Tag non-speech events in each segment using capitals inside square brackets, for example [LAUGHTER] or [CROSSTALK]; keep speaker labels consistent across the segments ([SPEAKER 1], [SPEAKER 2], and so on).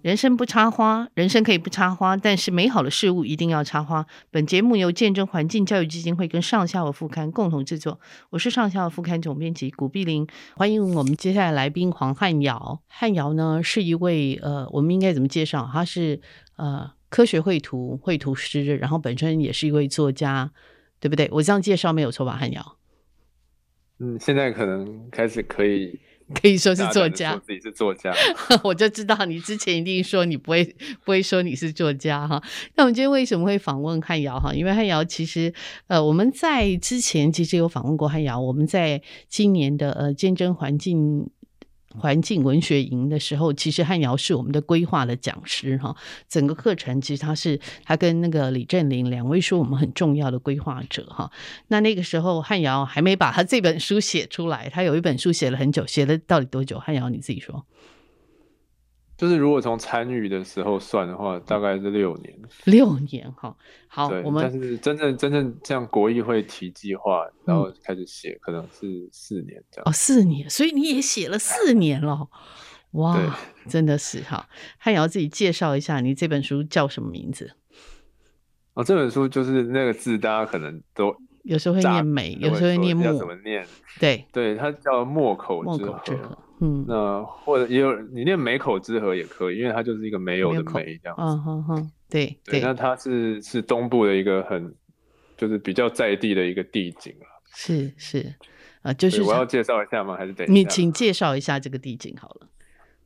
[SPEAKER 1] 人生不插花，人生可以不插花，但是美好的事物一定要插花。本节目由见证环境教育基金会跟上下游副刊共同制作，我是上下游副刊总编辑古碧玲。欢迎我们接下来来宾黄汉尧。汉尧呢是一位呃，我们应该怎么介绍？他是呃科学绘图绘图师，然后本身也是一位作家，对不对？我这样介绍没有错吧？汉尧
[SPEAKER 2] 嗯，现在可能开始可以
[SPEAKER 1] 可以说是
[SPEAKER 2] 大胆地
[SPEAKER 1] 作家
[SPEAKER 2] 说，自己是作家。 [LAUGHS]
[SPEAKER 1] [LAUGHS] 我就知道你之前一定说你不会不会说你是作家哈。那我们今天为什么会访问汉瑶哈？因为汉瑶其实呃我们在之前其实有访问过汉瑶，我们在今年的呃见证环境。环境文学营的时候，其实汉瑶是我们的规划的讲师哈。整个课程其实他是他跟那个李振林两位是我们很重要的规划者哈。那那个时候汉瑶还没把他这本书写出来，他有一本书写了很久，写了到底多久？汉瑶你自己说。
[SPEAKER 2] 就是如果从参与的时候算的话，大概是六年。
[SPEAKER 1] 六年哈，好，
[SPEAKER 2] 对，
[SPEAKER 1] 我
[SPEAKER 2] 但
[SPEAKER 1] 们
[SPEAKER 2] 是真正真正像国议会提计划，然
[SPEAKER 1] 嗯
[SPEAKER 2] 后开始写，可能是四年这样。
[SPEAKER 1] 哦四年，所以你也写了四年了，
[SPEAKER 2] 对
[SPEAKER 1] 哇，真的是哈。汉瑶自己介绍一下，你这本书叫什么名字？
[SPEAKER 2] 哦，这本书就是那个字，大家可能都
[SPEAKER 1] 有时候会
[SPEAKER 2] 乍
[SPEAKER 1] 念美，
[SPEAKER 2] 都
[SPEAKER 1] 有时候会
[SPEAKER 2] 说
[SPEAKER 1] 念
[SPEAKER 2] 要怎
[SPEAKER 1] 木
[SPEAKER 2] 么，念？
[SPEAKER 1] 对，
[SPEAKER 2] 对，它叫墨口
[SPEAKER 1] 墨
[SPEAKER 2] 之
[SPEAKER 1] 口之
[SPEAKER 2] 河
[SPEAKER 1] 合。，嗯，
[SPEAKER 2] 那或者也有你念梅口之河也可以，因为它就是一个没有
[SPEAKER 1] 没有
[SPEAKER 2] 的
[SPEAKER 1] 口
[SPEAKER 2] 梅这样子。
[SPEAKER 1] 嗯哼哼，对
[SPEAKER 2] 对，那它是是东部的一个很，就是比较在地的一个地景了。
[SPEAKER 1] 是是，啊，就
[SPEAKER 2] 对
[SPEAKER 1] 是
[SPEAKER 2] 我要介绍一下吗？还是等一下？
[SPEAKER 1] 你请介绍一下这个地景好了，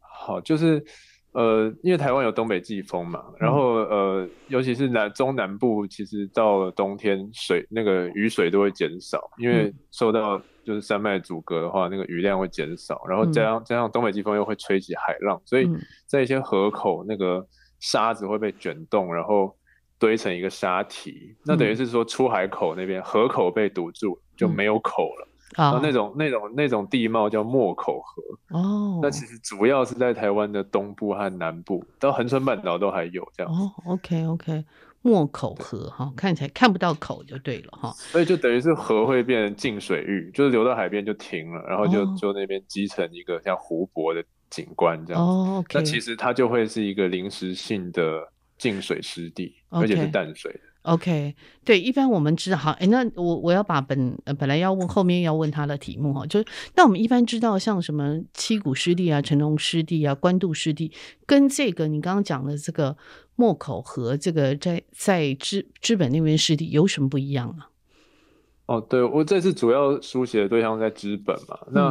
[SPEAKER 2] 好，就是呃，因为台湾有东北季风嘛，然
[SPEAKER 1] 嗯
[SPEAKER 2] 后呃，尤其是南中南部，其实到了冬天水那个雨水都会减少，因
[SPEAKER 1] 嗯
[SPEAKER 2] 为受到就是山脉阻隔的话，那个雨量会减少，然后加上、加上东北季风又会吹起海浪，所以
[SPEAKER 1] 嗯
[SPEAKER 2] 在一些河口那个沙子会被卷动，然后。堆成一个沙堤，那等于
[SPEAKER 1] 嗯
[SPEAKER 2] 是说出海口那边河口被堵住，就没有口了。然
[SPEAKER 1] 啊
[SPEAKER 2] 后，那种那种那种地貌叫墨口
[SPEAKER 1] 哦，
[SPEAKER 2] 河，哦那其实主要是在台湾的东部和南部，到恒春半岛都还有这样，
[SPEAKER 1] 哦，OK OK，墨口河哈，看起来看不到口就对了哈，
[SPEAKER 2] 所以就等于是河会变成净水域，就是流到海边就停了，然后就、
[SPEAKER 1] 哦
[SPEAKER 2] 就那边积成一个像湖泊的景观这样子。
[SPEAKER 1] 哦，OK，
[SPEAKER 2] 啊那其实它就会是一个临时性的净水湿地，
[SPEAKER 1] OK
[SPEAKER 2] 而且是淡水的。
[SPEAKER 1] OK，对，一般我们知道，好，哎，那我我要把本、呃、本来要问后面要问他的题目哈，就是那我们一般知道像什么七股湿地啊、成龙湿地啊、官渡湿地，跟这个你刚刚讲的这个墨口河这个在在资资本那边湿地有什么不一样啊？
[SPEAKER 2] 哦，对，我这次主要书写的对象在知本嘛，那、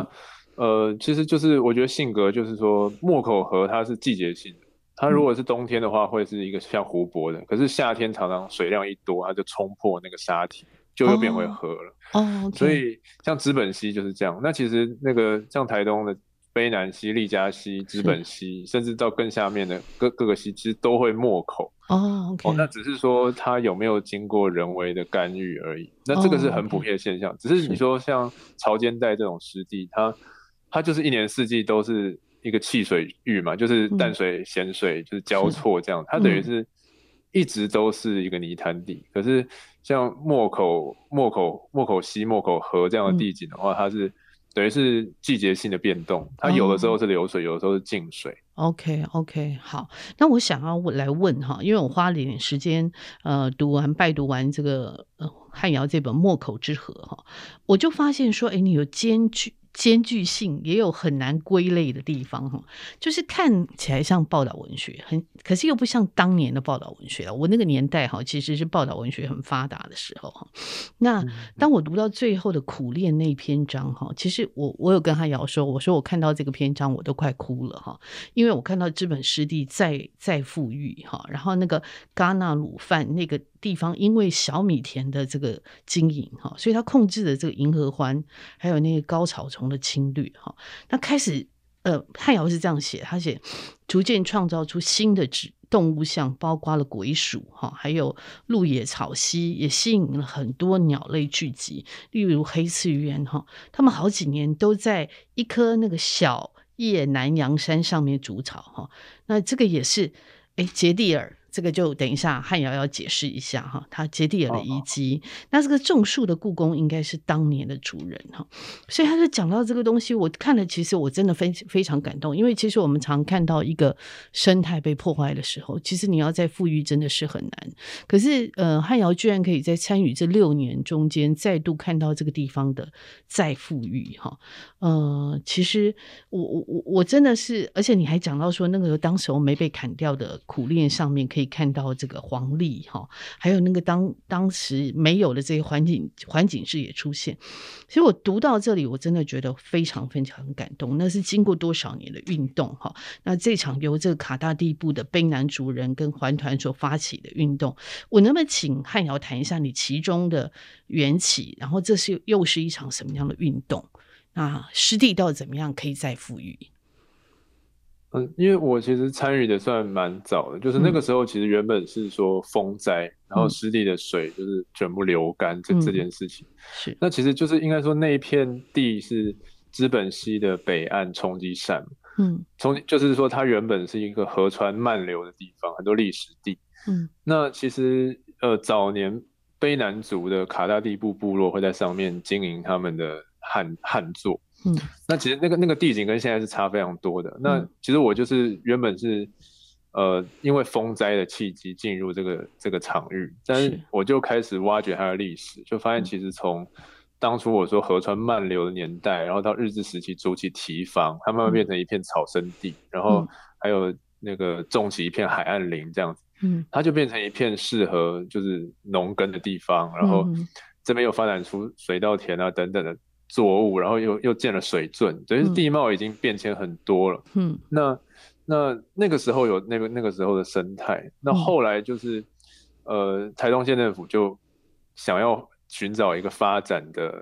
[SPEAKER 1] 嗯
[SPEAKER 2] 呃，其实就是我觉得性格就是说，墨口河它是季节性的，它如
[SPEAKER 1] 嗯
[SPEAKER 2] 果是冬天的话，会是一个像湖泊的，可是夏天常常水量一多，它就冲破那个沙体，就又变回
[SPEAKER 1] 哦
[SPEAKER 2] 河了。
[SPEAKER 1] 哦，OK，
[SPEAKER 2] 所以像知本溪就是这样。那其实那个像台东的卑南溪、利嘉溪、知本溪，甚至到更下面的各各个溪，其实都会墨口。
[SPEAKER 1] 哦，OK，
[SPEAKER 2] 哦，那只是说它有没有经过人为的干预而已。那这个是
[SPEAKER 1] 哦
[SPEAKER 2] 很
[SPEAKER 1] ，OK
[SPEAKER 2] 普遍的现象，只是
[SPEAKER 1] 是
[SPEAKER 2] 你说像潮间带这种湿地，它它就是一年四季都是一个汽水域嘛，就是
[SPEAKER 1] 嗯
[SPEAKER 2] 淡水、咸水就是交错这样，它等于是一直都是一个泥潭地。可是像墨口、墨口、墨口溪、墨口河这
[SPEAKER 1] 嗯
[SPEAKER 2] 样的地景的话，它是。等于是季节性的变动，它有的
[SPEAKER 1] 哦
[SPEAKER 2] 时候是流水，有的时候是静水。
[SPEAKER 1] OK OK，好，那我想要问来问哈，因为我花了一点时间，呃，读完拜读完这个呃汉尧这本《墨口之河》哈，我就发现说，哎，你有兼具兼具性，也有很难归类的地方哈，就是看起来像报道文学，很可是又不像当年的报道文学了。我那个年代哈，其实是报道文学很发达的时候哈，那。当我读到最后的苦恋那一篇章哈，其实我我有跟他瑶说，我说我看到这个篇章我都快哭了哈，因为我看到资本湿地再再富裕哈，然后那个戛纳鲁饭那个地方，因为小米田的这个经营哈，所以它控制了这个银河欢，还有那个高草丛的侵略哈，那开始呃，汉尧是这样写，他写逐渐创造出新的植动物像，包括了鬼鼠哈，还有鹿野草溪，也吸引了很多鸟类聚集，例如黑刺鸢哈，他们好几年都在一棵那个小叶南洋山上面筑巢哈。那这个也是，哎，杰地尔这个就等一下汉瑶要解释一下哈，他杰地尔的遗迹。那这个种树的故宫应该是当年的主人哈，所以他就讲到这个东西，我看了其实我真的非非常感动，因为其实我们常看到一个生态被破坏的时候，其实你要再富裕真的是很难。可是呃，汉瑶居然可以在参与这六年中间再度看到这个地方的再富裕哈，呃，其实我我我我真的是，而且你还讲到说那个当时候没被砍掉的苦练上面可以看到这个黄历哈，还有那个当当时没有的这些环境环景志也出现。其实我读到这里，我真的觉得非常非常感动。那是经过多少年的运动哈？那这场由这个卡大地部的卑南族人跟环团所发起的运动，我能不能请汉瑶谈一下你其中的缘起？然后这是又是一场什么样的运动？那湿地到底怎么样可以再富裕？
[SPEAKER 2] 嗯，因为我其实参与的算蛮早的，就是那个时候其实原本是说风灾，然后湿地的水就是全部流干这、
[SPEAKER 1] 嗯
[SPEAKER 2] 这件事情。
[SPEAKER 1] 是
[SPEAKER 2] 那其实就是应该说那一片地是资本溪的北岸冲积扇，
[SPEAKER 1] 嗯
[SPEAKER 2] 冲就是说它原本是一个河川漫流的地方，很多历史地。
[SPEAKER 1] 嗯
[SPEAKER 2] 那其实呃，早年卑南族的卡大地部部落会在上面经营他们的旱旱作。
[SPEAKER 1] 嗯
[SPEAKER 2] 那其实那个那个地景跟现在是差非常多的。那
[SPEAKER 1] 嗯
[SPEAKER 2] 其实我就是原本是呃，因为风灾的契机进入这个这个场域，但
[SPEAKER 1] 是
[SPEAKER 2] 是
[SPEAKER 1] 嗯
[SPEAKER 2] 我就开始挖掘它的历史，就发现其实从当初我说河川漫流的年代，然后到日治时期筑起堤防，它慢慢变成一片草生地，然后
[SPEAKER 1] 嗯
[SPEAKER 2] 还有那个种起一片海岸林这样子。
[SPEAKER 1] 嗯，
[SPEAKER 2] 它就变成一片适合就是农耕的地方，然后
[SPEAKER 1] 嗯
[SPEAKER 2] 这边又发展出水稻田啊等等的作物，然后又又建了水圳，等于是
[SPEAKER 1] 嗯
[SPEAKER 2] 地貌已经变迁很多了。
[SPEAKER 1] 嗯
[SPEAKER 2] 那那那个时候有那个那个时候的生态，那
[SPEAKER 1] 嗯
[SPEAKER 2] 后来就是、呃，台东县政府就想要寻找一个发展的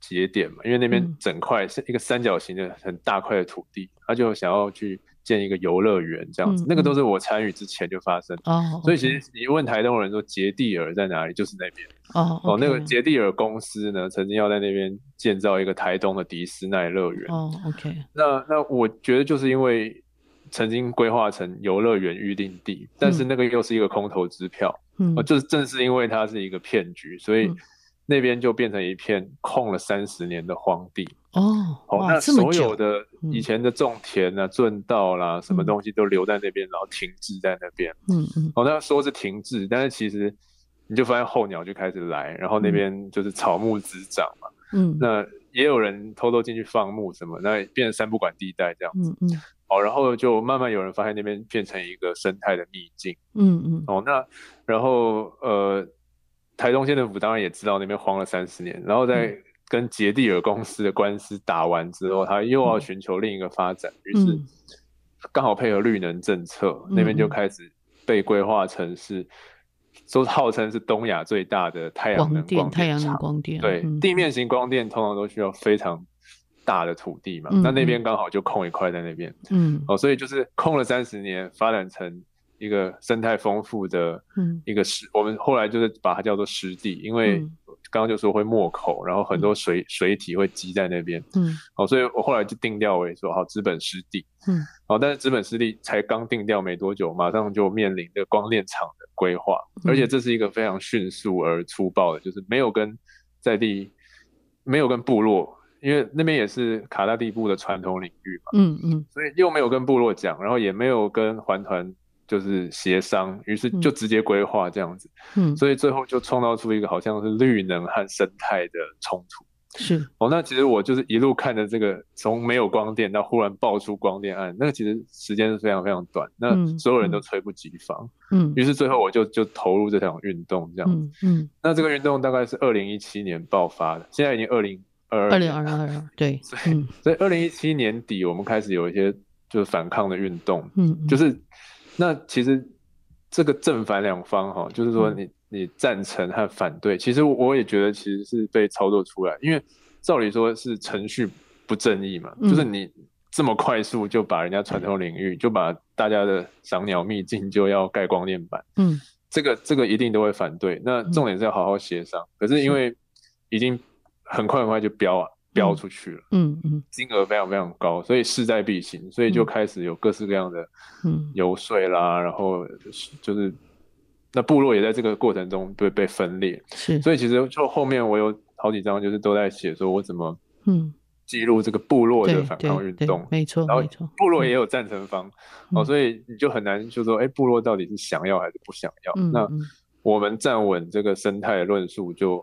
[SPEAKER 2] 节点嘛，因为那边
[SPEAKER 1] 嗯
[SPEAKER 2] 整块是一个三角形的很大块的土地，他就想要去建一个游乐园这样子，
[SPEAKER 1] 嗯
[SPEAKER 2] 那个都是我参与之前就发生的。
[SPEAKER 1] 哦，
[SPEAKER 2] 所以其实你问台东人说杰地尔在哪里，就是那边
[SPEAKER 1] OK，哦
[SPEAKER 2] 哦。那个
[SPEAKER 1] OK
[SPEAKER 2] 杰地尔公司呢，曾经要在那边建造一个台东的迪斯奈乐园。
[SPEAKER 1] 哦 OK
[SPEAKER 2] 那那我觉得就是因为曾经规划成游乐园预定地，但是那个又是一个空头支票，
[SPEAKER 1] 嗯
[SPEAKER 2] 哦，就是正是因为它是一个骗局，所以
[SPEAKER 1] 嗯
[SPEAKER 2] 那边就变成一片空了三十年的荒地。
[SPEAKER 1] 哦
[SPEAKER 2] 哦，
[SPEAKER 1] 哇
[SPEAKER 2] 那
[SPEAKER 1] 这么
[SPEAKER 2] 所有
[SPEAKER 1] 久
[SPEAKER 2] 的
[SPEAKER 1] 嗯
[SPEAKER 2] 以前的种田啊、圳道啦、什么
[SPEAKER 1] 嗯
[SPEAKER 2] 东西都留在那边，然后停滞在那边。
[SPEAKER 1] 嗯嗯
[SPEAKER 2] 哦，那说是停滞，但是其实你就发现候鸟就开始来，然后那
[SPEAKER 1] 嗯
[SPEAKER 2] 边就是草木滋长嘛。
[SPEAKER 1] 嗯
[SPEAKER 2] 那也有人偷偷进去放牧什么，那变成三不管地带这样子。
[SPEAKER 1] 嗯嗯
[SPEAKER 2] 哦，然后就慢慢有人发现那边变成一个生态的秘境。
[SPEAKER 1] 嗯嗯
[SPEAKER 2] 哦，那然后呃，台东县政府当然也知道那边荒了三十年，然后在
[SPEAKER 1] 嗯
[SPEAKER 2] 跟杰地尔公司的官司打完之后，他又要
[SPEAKER 1] 嗯
[SPEAKER 2] 寻求另一个发展，于是
[SPEAKER 1] 嗯
[SPEAKER 2] 刚好配合绿能政策，那边
[SPEAKER 1] 嗯嗯
[SPEAKER 2] 就开始被规划成是，说号称是东亚最大的太阳能
[SPEAKER 1] 光
[SPEAKER 2] 光
[SPEAKER 1] 电太阳能
[SPEAKER 2] 厂。
[SPEAKER 1] 光电
[SPEAKER 2] 对，
[SPEAKER 1] 嗯
[SPEAKER 2] 地面型光电通常都需要非常大的土地嘛，
[SPEAKER 1] 嗯
[SPEAKER 2] 那那
[SPEAKER 1] 嗯
[SPEAKER 2] 边刚好就空一块在那边，
[SPEAKER 1] 嗯
[SPEAKER 2] 哦，所以就是空了三十年，发展成一个生态丰富的
[SPEAKER 1] 嗯
[SPEAKER 2] 一个湿，我们后来就是把它叫做湿地，因为
[SPEAKER 1] 嗯
[SPEAKER 2] 刚刚就说会没口，然后很多水、水体会积在那边，
[SPEAKER 1] 嗯
[SPEAKER 2] 哦，所以我后来就定调为说好资本湿地，
[SPEAKER 1] 嗯
[SPEAKER 2] 哦，但是资本湿地才刚定调没多久，马上就面临着光电厂的规划，
[SPEAKER 1] 嗯
[SPEAKER 2] 而且这是一个非常迅速而粗暴的，就是没有跟在地，没有跟部落，因为那边也是卡大地部的传统领域嘛，
[SPEAKER 1] 嗯嗯
[SPEAKER 2] 所以又没有跟部落讲，然后也没有跟环团就是协商，于是就
[SPEAKER 1] 嗯
[SPEAKER 2] 直接规划这样子，
[SPEAKER 1] 嗯
[SPEAKER 2] 所以最后就创造出一个好像是绿能和生态的冲突。
[SPEAKER 1] 是
[SPEAKER 2] 哦，那其实我就是一路看着这个从没有光电到忽然爆出光电案，那个其实时间是非常非常短，那
[SPEAKER 1] 嗯
[SPEAKER 2] 所有人都
[SPEAKER 1] 嗯
[SPEAKER 2] 猝不及防，
[SPEAKER 1] 嗯
[SPEAKER 2] 于是最后我就就投入这场运动这样。
[SPEAKER 1] 嗯嗯
[SPEAKER 2] 那这个运动大概是二零一七年爆发的，现在已经二零二
[SPEAKER 1] 二零二二对
[SPEAKER 2] 所以
[SPEAKER 1] 嗯
[SPEAKER 2] 所以二零一七年底我们开始有一些就是反抗的运动，
[SPEAKER 1] 嗯
[SPEAKER 2] 就是那其实这个正反两方哈，就是说
[SPEAKER 1] 嗯
[SPEAKER 2] 你你赞成和反对，其实我也觉得其实是被操作出来，因为照理说是程序不正义嘛，就是
[SPEAKER 1] 嗯
[SPEAKER 2] 你这么快速就把人家传统领域，就把大家的赏鸟秘境就要盖光电板，
[SPEAKER 1] 嗯
[SPEAKER 2] 这个这个一定都会反对。那重点是要好好协商，可是因为已经很快很快就标啊标
[SPEAKER 1] 嗯
[SPEAKER 2] 出去了。
[SPEAKER 1] 嗯嗯
[SPEAKER 2] 金额非常非常高，所以势在必行，所以就
[SPEAKER 1] 嗯
[SPEAKER 2] 开始有各式各样的
[SPEAKER 1] 嗯
[SPEAKER 2] 游说啦，然后就是那部落也在这个过程中被被分裂，
[SPEAKER 1] 是，
[SPEAKER 2] 所以其实就后面我有好几章就是都在写说我怎么
[SPEAKER 1] 嗯，
[SPEAKER 2] 记录这个部落
[SPEAKER 1] 对
[SPEAKER 2] 的反抗
[SPEAKER 1] 对
[SPEAKER 2] 运
[SPEAKER 1] 对
[SPEAKER 2] 动，，
[SPEAKER 1] 没错
[SPEAKER 2] 然后
[SPEAKER 1] 没错，
[SPEAKER 2] 部落也有赞成方、
[SPEAKER 1] 嗯
[SPEAKER 2] 哦，所以你就很难就说，哎，部落到底是想要还是不想要？
[SPEAKER 1] 嗯
[SPEAKER 2] 那
[SPEAKER 1] 嗯
[SPEAKER 2] 我们站稳这个生态论述就，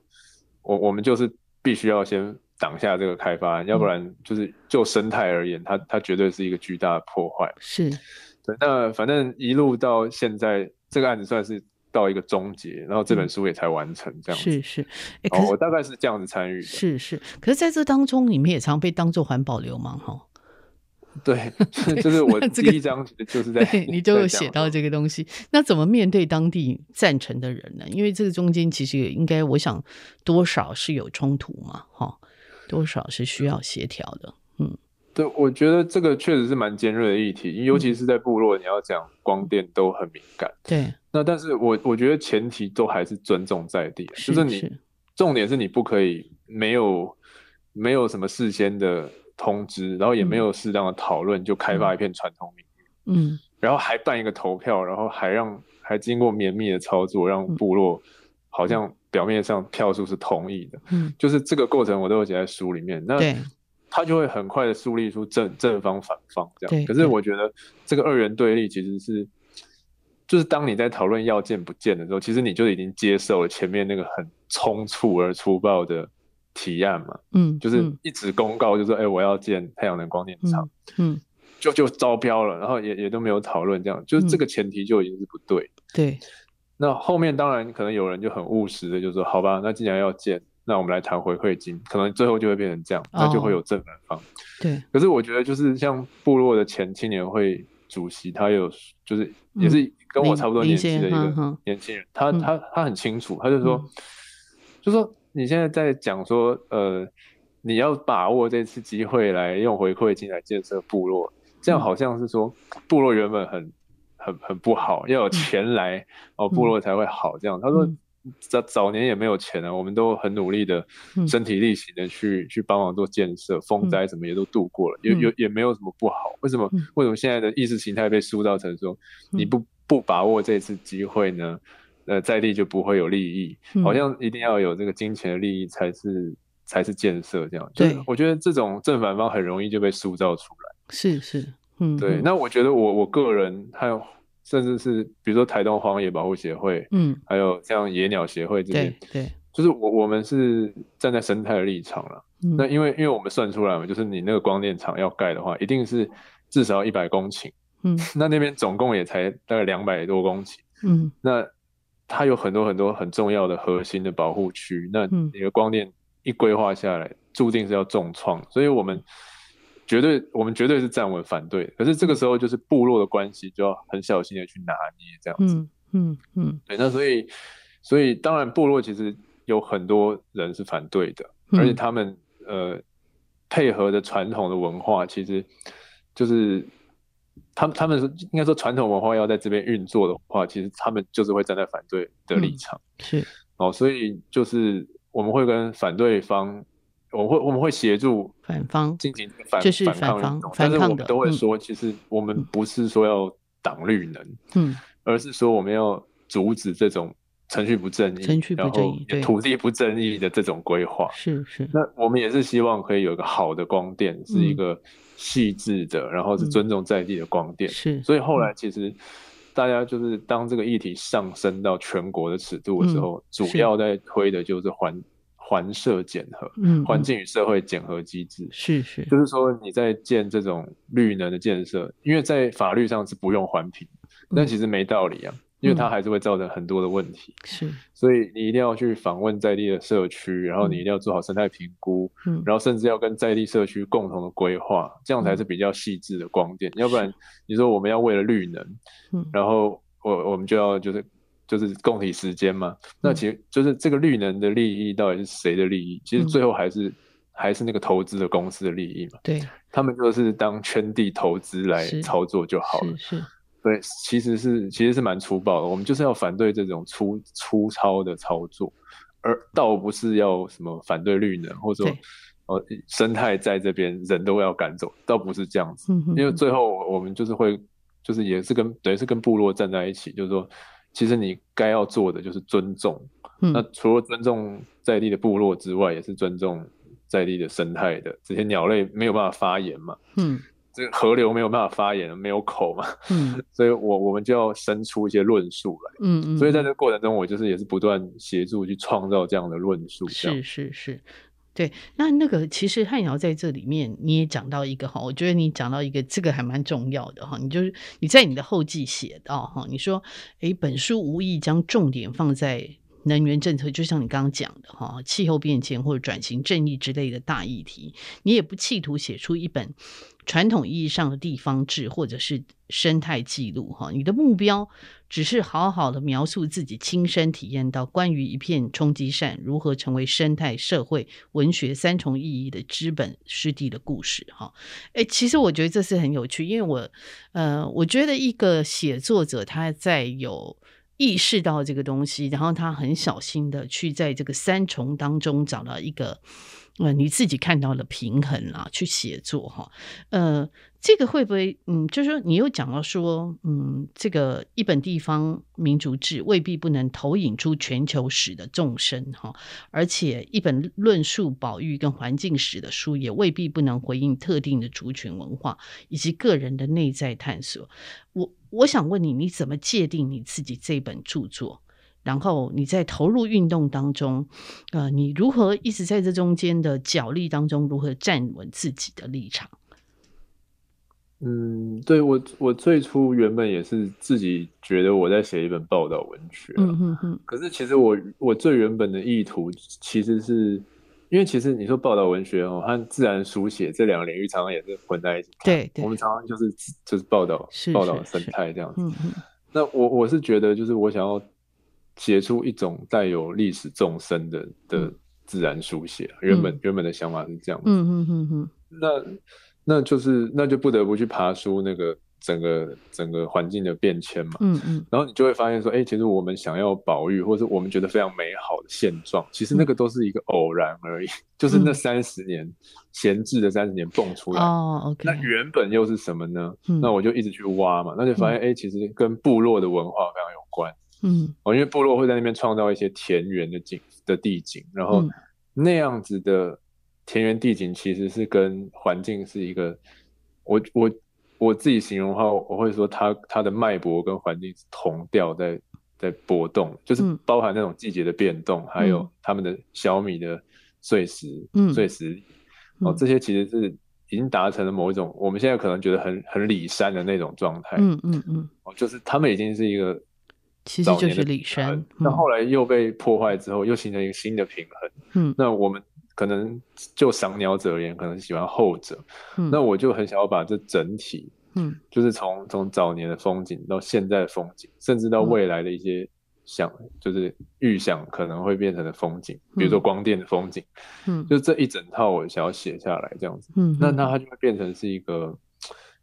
[SPEAKER 2] 我我们就是必须要先挡下这个开发案，要不
[SPEAKER 1] 嗯
[SPEAKER 2] 然就是就生态而言，它它绝对是一个巨大的破坏。
[SPEAKER 1] 是，
[SPEAKER 2] 对，那反正一路到现在，这个案子算是到一个终结，然后这本书也才完成这样子。
[SPEAKER 1] 嗯是是，哎，可
[SPEAKER 2] 哦，我
[SPEAKER 1] 是
[SPEAKER 2] 大概是这样子参与的。
[SPEAKER 1] 是是，可是在这当中，你们也常被当做环保流氓
[SPEAKER 2] [LAUGHS]
[SPEAKER 1] 哈。 [LAUGHS]
[SPEAKER 2] 对，就是我
[SPEAKER 1] 那这
[SPEAKER 2] 第
[SPEAKER 1] 个
[SPEAKER 2] 一章其实就是
[SPEAKER 1] [LAUGHS]
[SPEAKER 2] 在
[SPEAKER 1] 对你就有写到
[SPEAKER 2] 这。
[SPEAKER 1] 这个东西，那怎么面对当地赞成的人呢？因为这个中间其实也应该，我想多少是有冲突嘛，哈，多少是需要协调的。
[SPEAKER 2] 对，我觉得这个确实是蛮尖锐的议题，因为
[SPEAKER 1] 嗯
[SPEAKER 2] 尤其是在部落，你要讲光电都很敏感。
[SPEAKER 1] 对，
[SPEAKER 2] 那但是我我觉得前提都还是尊重在地，啊
[SPEAKER 1] 是
[SPEAKER 2] 就是你
[SPEAKER 1] 是，
[SPEAKER 2] 重点是你不可以没有没有什么事先的通知，然后也
[SPEAKER 1] 嗯
[SPEAKER 2] 没有适当的讨论就开发一片传统领域，
[SPEAKER 1] 嗯，
[SPEAKER 2] 然后还办一个投票，然后还让还经过绵密的操
[SPEAKER 1] 嗯
[SPEAKER 2] 作，让部落好像表面上票数是同意的，
[SPEAKER 1] 嗯，
[SPEAKER 2] 就是这个过程我都有写在书里面。那
[SPEAKER 1] 对，
[SPEAKER 2] 他就会很快的树立出正正方反方这
[SPEAKER 1] 对
[SPEAKER 2] 样。可
[SPEAKER 1] 对
[SPEAKER 2] 是我觉得这个二元对立其实是，就是当你在讨论要见不见的时候，其实你就已经接受了前面那个很冲促而粗暴的提案嘛，
[SPEAKER 1] 嗯，
[SPEAKER 2] 就是
[SPEAKER 1] 嗯
[SPEAKER 2] 一纸公告就说，哎、我要建太阳能光电厂，
[SPEAKER 1] 嗯，
[SPEAKER 2] 就就招标了，然后也也都没有讨论这样，就是这个前提就已经是不对。
[SPEAKER 1] 对，
[SPEAKER 2] 那后面当然可能有人就很务实的就说，好吧，那既然要建，那我们来谈回馈金，可能最后就会变成这样，那就会有正反方。
[SPEAKER 1] 对，
[SPEAKER 2] 可是我觉得，就是像部落的前青年会主席，他有就是
[SPEAKER 1] 嗯
[SPEAKER 2] 也是跟我
[SPEAKER 1] 林
[SPEAKER 2] 差不多
[SPEAKER 1] 林
[SPEAKER 2] 年纪
[SPEAKER 1] 先
[SPEAKER 2] 的一
[SPEAKER 1] 嗯嗯
[SPEAKER 2] 个年轻人，他
[SPEAKER 1] 嗯
[SPEAKER 2] 他他很清楚，他就说
[SPEAKER 1] 嗯，
[SPEAKER 2] 就说你现在在讲说，呃，你要把握这次机会来用回馈金来建设部落，这样
[SPEAKER 1] 嗯
[SPEAKER 2] 好像是说部落原本很很很不好，要有钱来哦，部落才会好这样。他说
[SPEAKER 1] 嗯。
[SPEAKER 2] 早早年也没有钱啊，我们都很努力的
[SPEAKER 1] 嗯
[SPEAKER 2] 身体力行的去、去帮忙做建设，风灾什么也都度过了，也
[SPEAKER 1] 嗯
[SPEAKER 2] 有也没有什么不好。为什么、
[SPEAKER 1] 嗯
[SPEAKER 2] 为什么现在的意识形态被塑造成说、
[SPEAKER 1] 嗯
[SPEAKER 2] 你不不把握这次机会呢？呃，在地就不会有利益，
[SPEAKER 1] 嗯
[SPEAKER 2] 好像一定要有这个金钱的利益才是才是建设这样。
[SPEAKER 1] 对
[SPEAKER 2] 就是我觉得这种正反方很容易就被塑造出来。
[SPEAKER 1] 是是，嗯，
[SPEAKER 2] 对，
[SPEAKER 1] 嗯
[SPEAKER 2] 那我觉得我我个人还有甚至是比如说台东荒野保护协会，
[SPEAKER 1] 嗯，
[SPEAKER 2] 还有像野鸟协会这些
[SPEAKER 1] 对，对，
[SPEAKER 2] 就是我我们是站在生态的立场了。
[SPEAKER 1] 嗯
[SPEAKER 2] 那因为因为我们算出来嘛，就是你那个光电厂要盖的话，一定是至少一百公顷，
[SPEAKER 1] 嗯
[SPEAKER 2] 那那边总共也才大概两百多公顷，
[SPEAKER 1] 嗯
[SPEAKER 2] 那它有很多很多很重要的核心的保护区，那
[SPEAKER 1] 嗯
[SPEAKER 2] 你的光电一规划下来，注定是要重创，所以我们绝对我们绝对是站稳反对的。可是这个
[SPEAKER 1] 嗯
[SPEAKER 2] 时候就是部落的关系就要很小心的去拿捏这样子。
[SPEAKER 1] 嗯嗯嗯，
[SPEAKER 2] 对，那所以所以当然部落其实有很多人是反对的，
[SPEAKER 1] 嗯
[SPEAKER 2] 而且他们呃配合的传统的文化，其实就是他们他们是应该说传统文化要在这边运作的话，其实他们就是会站在反对的立
[SPEAKER 1] 嗯
[SPEAKER 2] 场、
[SPEAKER 1] 是，
[SPEAKER 2] 哦，所以就是我们会跟反对方，我们会我们会协助
[SPEAKER 1] 反方
[SPEAKER 2] 进行反
[SPEAKER 1] 就是
[SPEAKER 2] 反
[SPEAKER 1] 反
[SPEAKER 2] 抗
[SPEAKER 1] 方
[SPEAKER 2] 运动，
[SPEAKER 1] 反
[SPEAKER 2] 但是
[SPEAKER 1] 抗的
[SPEAKER 2] 我们都会
[SPEAKER 1] 嗯
[SPEAKER 2] 说，其实我们不是说要党绿能。
[SPEAKER 1] 嗯
[SPEAKER 2] 而是说我们要阻止这种程序不正义、
[SPEAKER 1] 程序不正义
[SPEAKER 2] 然后
[SPEAKER 1] 对
[SPEAKER 2] 土地不正义的这种规划。
[SPEAKER 1] 是是，
[SPEAKER 2] 那我们也是希望可以有一个好的光电，是
[SPEAKER 1] 嗯
[SPEAKER 2] 一个细致的，然后是尊重在地的光电。
[SPEAKER 1] 是，
[SPEAKER 2] 所以后
[SPEAKER 1] 嗯
[SPEAKER 2] 来其实大家就是当这个议题上升到全国的尺度的时候，
[SPEAKER 1] 嗯是
[SPEAKER 2] 主要在推的就是环环社检核、
[SPEAKER 1] 嗯，
[SPEAKER 2] 环
[SPEAKER 1] 嗯
[SPEAKER 2] 境与社会检核机制。
[SPEAKER 1] 是是，
[SPEAKER 2] 就是说，你在建这种绿能的建设，因为在法律上是不用环评，但其实没道理啊，因为它还是会造成很多的问题，
[SPEAKER 1] 是，
[SPEAKER 2] 所以你一定要去访问在地的社区，然后你一定要做好生态评估，
[SPEAKER 1] 嗯，
[SPEAKER 2] 然后甚至要跟在地社区共同的规划，这样才是比较细致的光电。要不然你说我们要为了绿能，
[SPEAKER 1] 嗯
[SPEAKER 2] 然后我我们就要就是就是共体时间嘛，那其实就是这个绿能的利益到底是谁的利益？其实
[SPEAKER 1] 嗯
[SPEAKER 2] 最后还是。还是那个投资的公司的利益嘛，
[SPEAKER 1] 对，
[SPEAKER 2] 他们就是当圈地投资来
[SPEAKER 1] 是
[SPEAKER 2] 操作就好了
[SPEAKER 1] 是。是，
[SPEAKER 2] 对，其实是其实是蛮粗暴的，我们就是要反对这种粗粗糙的操作，而倒不是要什么反对绿能，或者说
[SPEAKER 1] 对
[SPEAKER 2] 呃生态在这边人都要赶走，倒不是这样子，
[SPEAKER 1] 嗯哼，
[SPEAKER 2] 因为
[SPEAKER 1] 嗯
[SPEAKER 2] 最后我们就是会就是也是跟等于是跟部落站在一起，就是说。其实你该要做的就是尊重。
[SPEAKER 1] 嗯
[SPEAKER 2] 那除了尊重在地的部落之外，也是尊重在地的生态的。这些鸟类没有办法发言嘛，
[SPEAKER 1] 嗯
[SPEAKER 2] 这个河流没有办法发言，没有口嘛，
[SPEAKER 1] 嗯
[SPEAKER 2] 所以我我们就要生出一些论述来。
[SPEAKER 1] 嗯嗯，
[SPEAKER 2] 所以在
[SPEAKER 1] 嗯
[SPEAKER 2] 这个过程中，我就是也是不断协助去创造这样的论述，这样
[SPEAKER 1] 是是是，对。那那个其实汉瑶在这里面你也讲到一个哈，我觉得你讲到一个这个还蛮重要的哈，你就是你在你的后记写到哈，你说诶，本书无意将重点放在。能源政策就像你刚刚讲的哈，气候变迁或者转型正义之类的大议题，你也不企图写出一本传统意义上的地方志或者是生态记录哈，你的目标只是好好的描述自己亲身体验到关于一片冲积扇如何成为生态、社会、文学三重意义的资本湿地的故事哈。诶，其实我觉得这是很有趣，因为我呃，我觉得一个写作者他在有。意识到这个东西，然后他很小心的去在这个三重当中找到一个，呃，你自己看到的平衡啊，去写作哈。呃，这个会不会，嗯，就是说你又讲到说，嗯，这个一本地方民族志未必不能投影出全球史的纵深哈，而且一本论述保育跟环境史的书也未必不能回应特定的族群文化以及个人的内在探索。我我想问你，你怎么界定你自己这本著作？然后你在投入运动当中，呃，你如何一直在这中间的角力当中，如何站稳自己的立场？
[SPEAKER 2] 嗯，对我我最初原本也是自己觉得我在写一本报道文学啊、
[SPEAKER 1] 嗯哼哼，
[SPEAKER 2] 可是其实我我最原本的意图其实是。因为其实你说报道文学哦和自然书写这两个领域常常也是混在一起看，
[SPEAKER 1] 对对
[SPEAKER 2] 我，们常常就是就是报道
[SPEAKER 1] 是
[SPEAKER 2] 报道
[SPEAKER 1] 是
[SPEAKER 2] 生
[SPEAKER 1] 是
[SPEAKER 2] 态这样子。
[SPEAKER 1] 嗯哼
[SPEAKER 2] 那我我是觉得，就是我想要写出一种带有历史纵深的的
[SPEAKER 1] 嗯
[SPEAKER 2] 自然书写。啊原本
[SPEAKER 1] 嗯
[SPEAKER 2] 原本的想法是这样子，
[SPEAKER 1] 嗯哼哼哼，
[SPEAKER 2] 那那就是那就不得不去爬书那个整个整个环境的变迁嘛。
[SPEAKER 1] 嗯嗯
[SPEAKER 2] 然后你就会发现说，哎、其实我们想要保育，或是我们觉得非常美好的现状，其实那个都是一个偶然而已，就是那
[SPEAKER 1] 嗯
[SPEAKER 2] 三十年闲置的三十年蹦出来。
[SPEAKER 1] 哦，OK，
[SPEAKER 2] 那原本又是什么呢？
[SPEAKER 1] 嗯
[SPEAKER 2] 那我就一直去挖嘛，那就发现哎、诶其实跟部落的文化非常有关
[SPEAKER 1] 嗯
[SPEAKER 2] 哦，因为部落会在那边创造一些田园的景的地景，然后
[SPEAKER 1] 嗯
[SPEAKER 2] 那样子的田园地景其实是跟环境是一个，我我我自己形容的话，我会说它它的脉搏跟环境是同调在在波动，就是
[SPEAKER 1] 嗯
[SPEAKER 2] 包含那种季节的变动，还有
[SPEAKER 1] 嗯
[SPEAKER 2] 他们的小米的碎石、
[SPEAKER 1] 嗯
[SPEAKER 2] 碎石粒哦
[SPEAKER 1] 嗯，
[SPEAKER 2] 这些其实是已经达成了某一种我们现在可能觉得很很里山的那种状态，
[SPEAKER 1] 嗯嗯嗯，
[SPEAKER 2] 哦，就是他们已经是一个
[SPEAKER 1] 其实
[SPEAKER 2] 早
[SPEAKER 1] 就
[SPEAKER 2] 年
[SPEAKER 1] 是
[SPEAKER 2] 的
[SPEAKER 1] 李嗯
[SPEAKER 2] 平衡
[SPEAKER 1] 山，
[SPEAKER 2] 那后来又被破坏之后，又形成一个新的平衡。
[SPEAKER 1] 嗯
[SPEAKER 2] 那我们可能就赏鸟者而言，可能喜欢后者，
[SPEAKER 1] 嗯，
[SPEAKER 2] 那我就很想要把这整体，
[SPEAKER 1] 嗯
[SPEAKER 2] 就是从从早年的风景到现在的风景，甚至到
[SPEAKER 1] 嗯
[SPEAKER 2] 未来的一些想，就是预想可能会变成的风景，比如说
[SPEAKER 1] 嗯
[SPEAKER 2] 光电的风景，
[SPEAKER 1] 嗯
[SPEAKER 2] 就这一整套我想要写下来这样子。
[SPEAKER 1] 嗯，
[SPEAKER 2] 那那它就会变成是一个，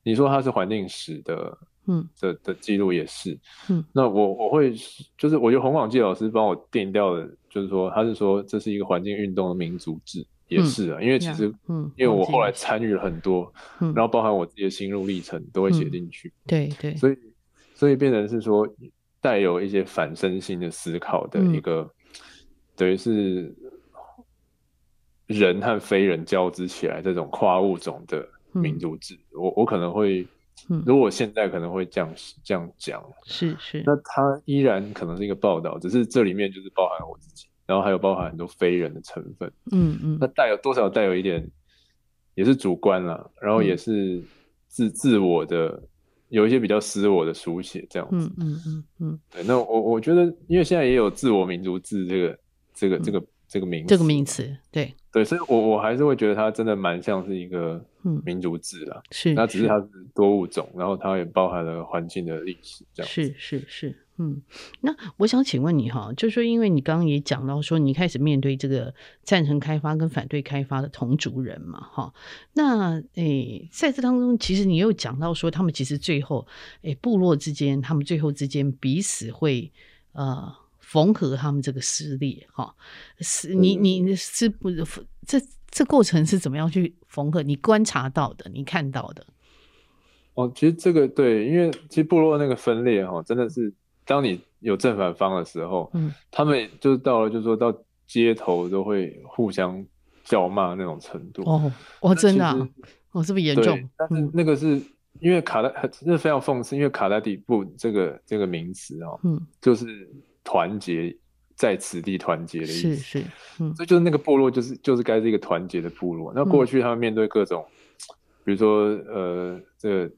[SPEAKER 2] 你说它是环境史的
[SPEAKER 1] 嗯
[SPEAKER 2] 的的记录也是，
[SPEAKER 1] 嗯，
[SPEAKER 2] 那我我会就是我觉得洪广记老师帮我定掉的，就是说他是说这是一个环境运动的民族志，也是啊，因为其实
[SPEAKER 1] 嗯，
[SPEAKER 2] 因为我
[SPEAKER 1] 忘记
[SPEAKER 2] 后来
[SPEAKER 1] 了
[SPEAKER 2] 参与了很多，
[SPEAKER 1] 嗯
[SPEAKER 2] 然后包含我自己的心路历程都会写
[SPEAKER 1] 嗯
[SPEAKER 2] 进去，
[SPEAKER 1] 对对，
[SPEAKER 2] 所以所以变成是说带有一些反身性的思考的一
[SPEAKER 1] 嗯
[SPEAKER 2] 个，等于是人和非人交织起来这种跨物种的民
[SPEAKER 1] 嗯
[SPEAKER 2] 族志，我我可能会
[SPEAKER 1] 嗯。
[SPEAKER 2] 如果现在可能会这样这样讲，
[SPEAKER 1] 是是，
[SPEAKER 2] 那它依然可能是一个报道，只是这里面就是包含我自己，然后还有包含很多非人的成分。
[SPEAKER 1] 嗯嗯
[SPEAKER 2] 那带有多少带有一点，也是主观啦，然后也
[SPEAKER 1] 嗯
[SPEAKER 2] 是自、自我的，有一些比较私我的书写这样子。
[SPEAKER 1] 嗯嗯嗯嗯，
[SPEAKER 2] 对，那我我觉得，因为现在也有自我民族志这个这个这个、这个名
[SPEAKER 1] 嗯这个名
[SPEAKER 2] 名，
[SPEAKER 1] 词对，
[SPEAKER 2] 对，所以我我还是会觉得它真的蛮像是一个
[SPEAKER 1] 嗯
[SPEAKER 2] 民族志啦。
[SPEAKER 1] 是，
[SPEAKER 2] 那只是它是多物种，然后它也包含了环境的历史这样子。
[SPEAKER 1] 是是是，嗯，那我想请问你哈，就是说，因为你刚刚也讲到说，你开始面对这个赞成开发跟反对开发的同族人嘛，哈，那诶，在这当中，其实你又讲到说，他们其实最后，诶，部落之间，他们最后之间彼此会呃缝合他们这个撕裂哈，是你
[SPEAKER 2] 嗯
[SPEAKER 1] 你你是不这这过程是怎么样去缝合？你观察到的，你看到的，
[SPEAKER 2] 哦，其实这个对，因为其实部落那个分裂哈、真的是当你有正反方的时候，
[SPEAKER 1] 嗯，
[SPEAKER 2] 他们就是到了，就是说到街头都会互相叫骂那种程度。
[SPEAKER 1] 哦，哦，
[SPEAKER 2] 那其实，
[SPEAKER 1] 真的、啊，哦，这么严
[SPEAKER 2] 对
[SPEAKER 1] 重，，
[SPEAKER 2] 但是
[SPEAKER 1] 嗯
[SPEAKER 2] 那个是因为卡拉，这非常讽刺，因为卡拉底布这个这个名词哦，
[SPEAKER 1] 嗯，
[SPEAKER 2] 就是团结，在此地团结的意
[SPEAKER 1] 是
[SPEAKER 2] 思。
[SPEAKER 1] 是，嗯
[SPEAKER 2] 所以就是那个部落，就是就是该是一个团结的部落。那过去他们面对各种，比如说呃，这个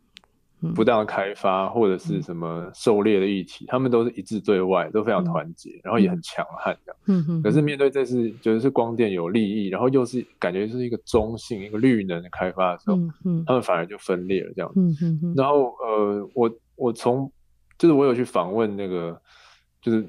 [SPEAKER 1] 嗯
[SPEAKER 2] 不当的开发或者是什么狩猎的议题，他们都是一致对外，都非常
[SPEAKER 1] 嗯
[SPEAKER 2] 团结，然后也很强悍这样。
[SPEAKER 1] 嗯嗯，
[SPEAKER 2] 可是
[SPEAKER 1] 嗯
[SPEAKER 2] 面对这次就是光电有利益，然后又是感觉是一个中性、一个绿能的开发的时候，
[SPEAKER 1] 嗯嗯
[SPEAKER 2] 他们反而就分裂了这样。
[SPEAKER 1] 嗯嗯嗯，
[SPEAKER 2] 然后呃，我我从就是我有去访问那个就是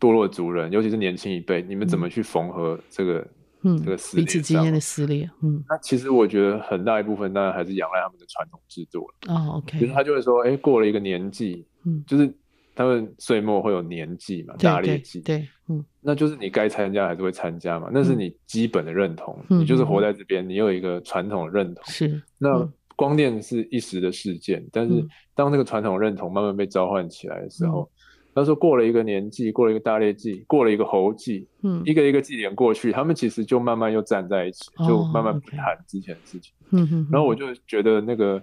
[SPEAKER 2] 堕落族人，尤其是年轻一辈，你们怎么去缝合这个、
[SPEAKER 1] 嗯
[SPEAKER 2] 这个撕
[SPEAKER 1] 彼
[SPEAKER 2] 裂
[SPEAKER 1] 此之
[SPEAKER 2] 上
[SPEAKER 1] 间的撕裂，嗯，
[SPEAKER 2] 那其实我觉得很大一部分当然还是仰赖他们的传统制度了，
[SPEAKER 1] 哦
[SPEAKER 2] 就是
[SPEAKER 1] ，OK，
[SPEAKER 2] 他就会说，哎，过了一个年纪，
[SPEAKER 1] 嗯，
[SPEAKER 2] 就是他们岁末会有年纪嘛，
[SPEAKER 1] 对
[SPEAKER 2] 打猎
[SPEAKER 1] 对
[SPEAKER 2] 季，
[SPEAKER 1] 对，嗯
[SPEAKER 2] 那就是你该参加还是会参加嘛，那是
[SPEAKER 1] 嗯
[SPEAKER 2] 你基本的认同，
[SPEAKER 1] 嗯
[SPEAKER 2] 你就是活
[SPEAKER 1] 嗯嗯
[SPEAKER 2] 在这边，你有一个传统的认同。
[SPEAKER 1] 是，
[SPEAKER 2] 那
[SPEAKER 1] 嗯
[SPEAKER 2] 光电是一时的事件，但是
[SPEAKER 1] 嗯
[SPEAKER 2] 当这个传统认同慢慢被召唤起来的时候，他说过了一个年纪，过了一个大猎季，过了一个猴季，
[SPEAKER 1] 嗯
[SPEAKER 2] 一个一个祭典过去，他们其实就慢慢又站在一起，
[SPEAKER 1] 哦
[SPEAKER 2] 就慢慢不
[SPEAKER 1] OK
[SPEAKER 2] 谈之前的事情。
[SPEAKER 1] 嗯嗯，
[SPEAKER 2] 然后我
[SPEAKER 1] 嗯
[SPEAKER 2] 就觉得那个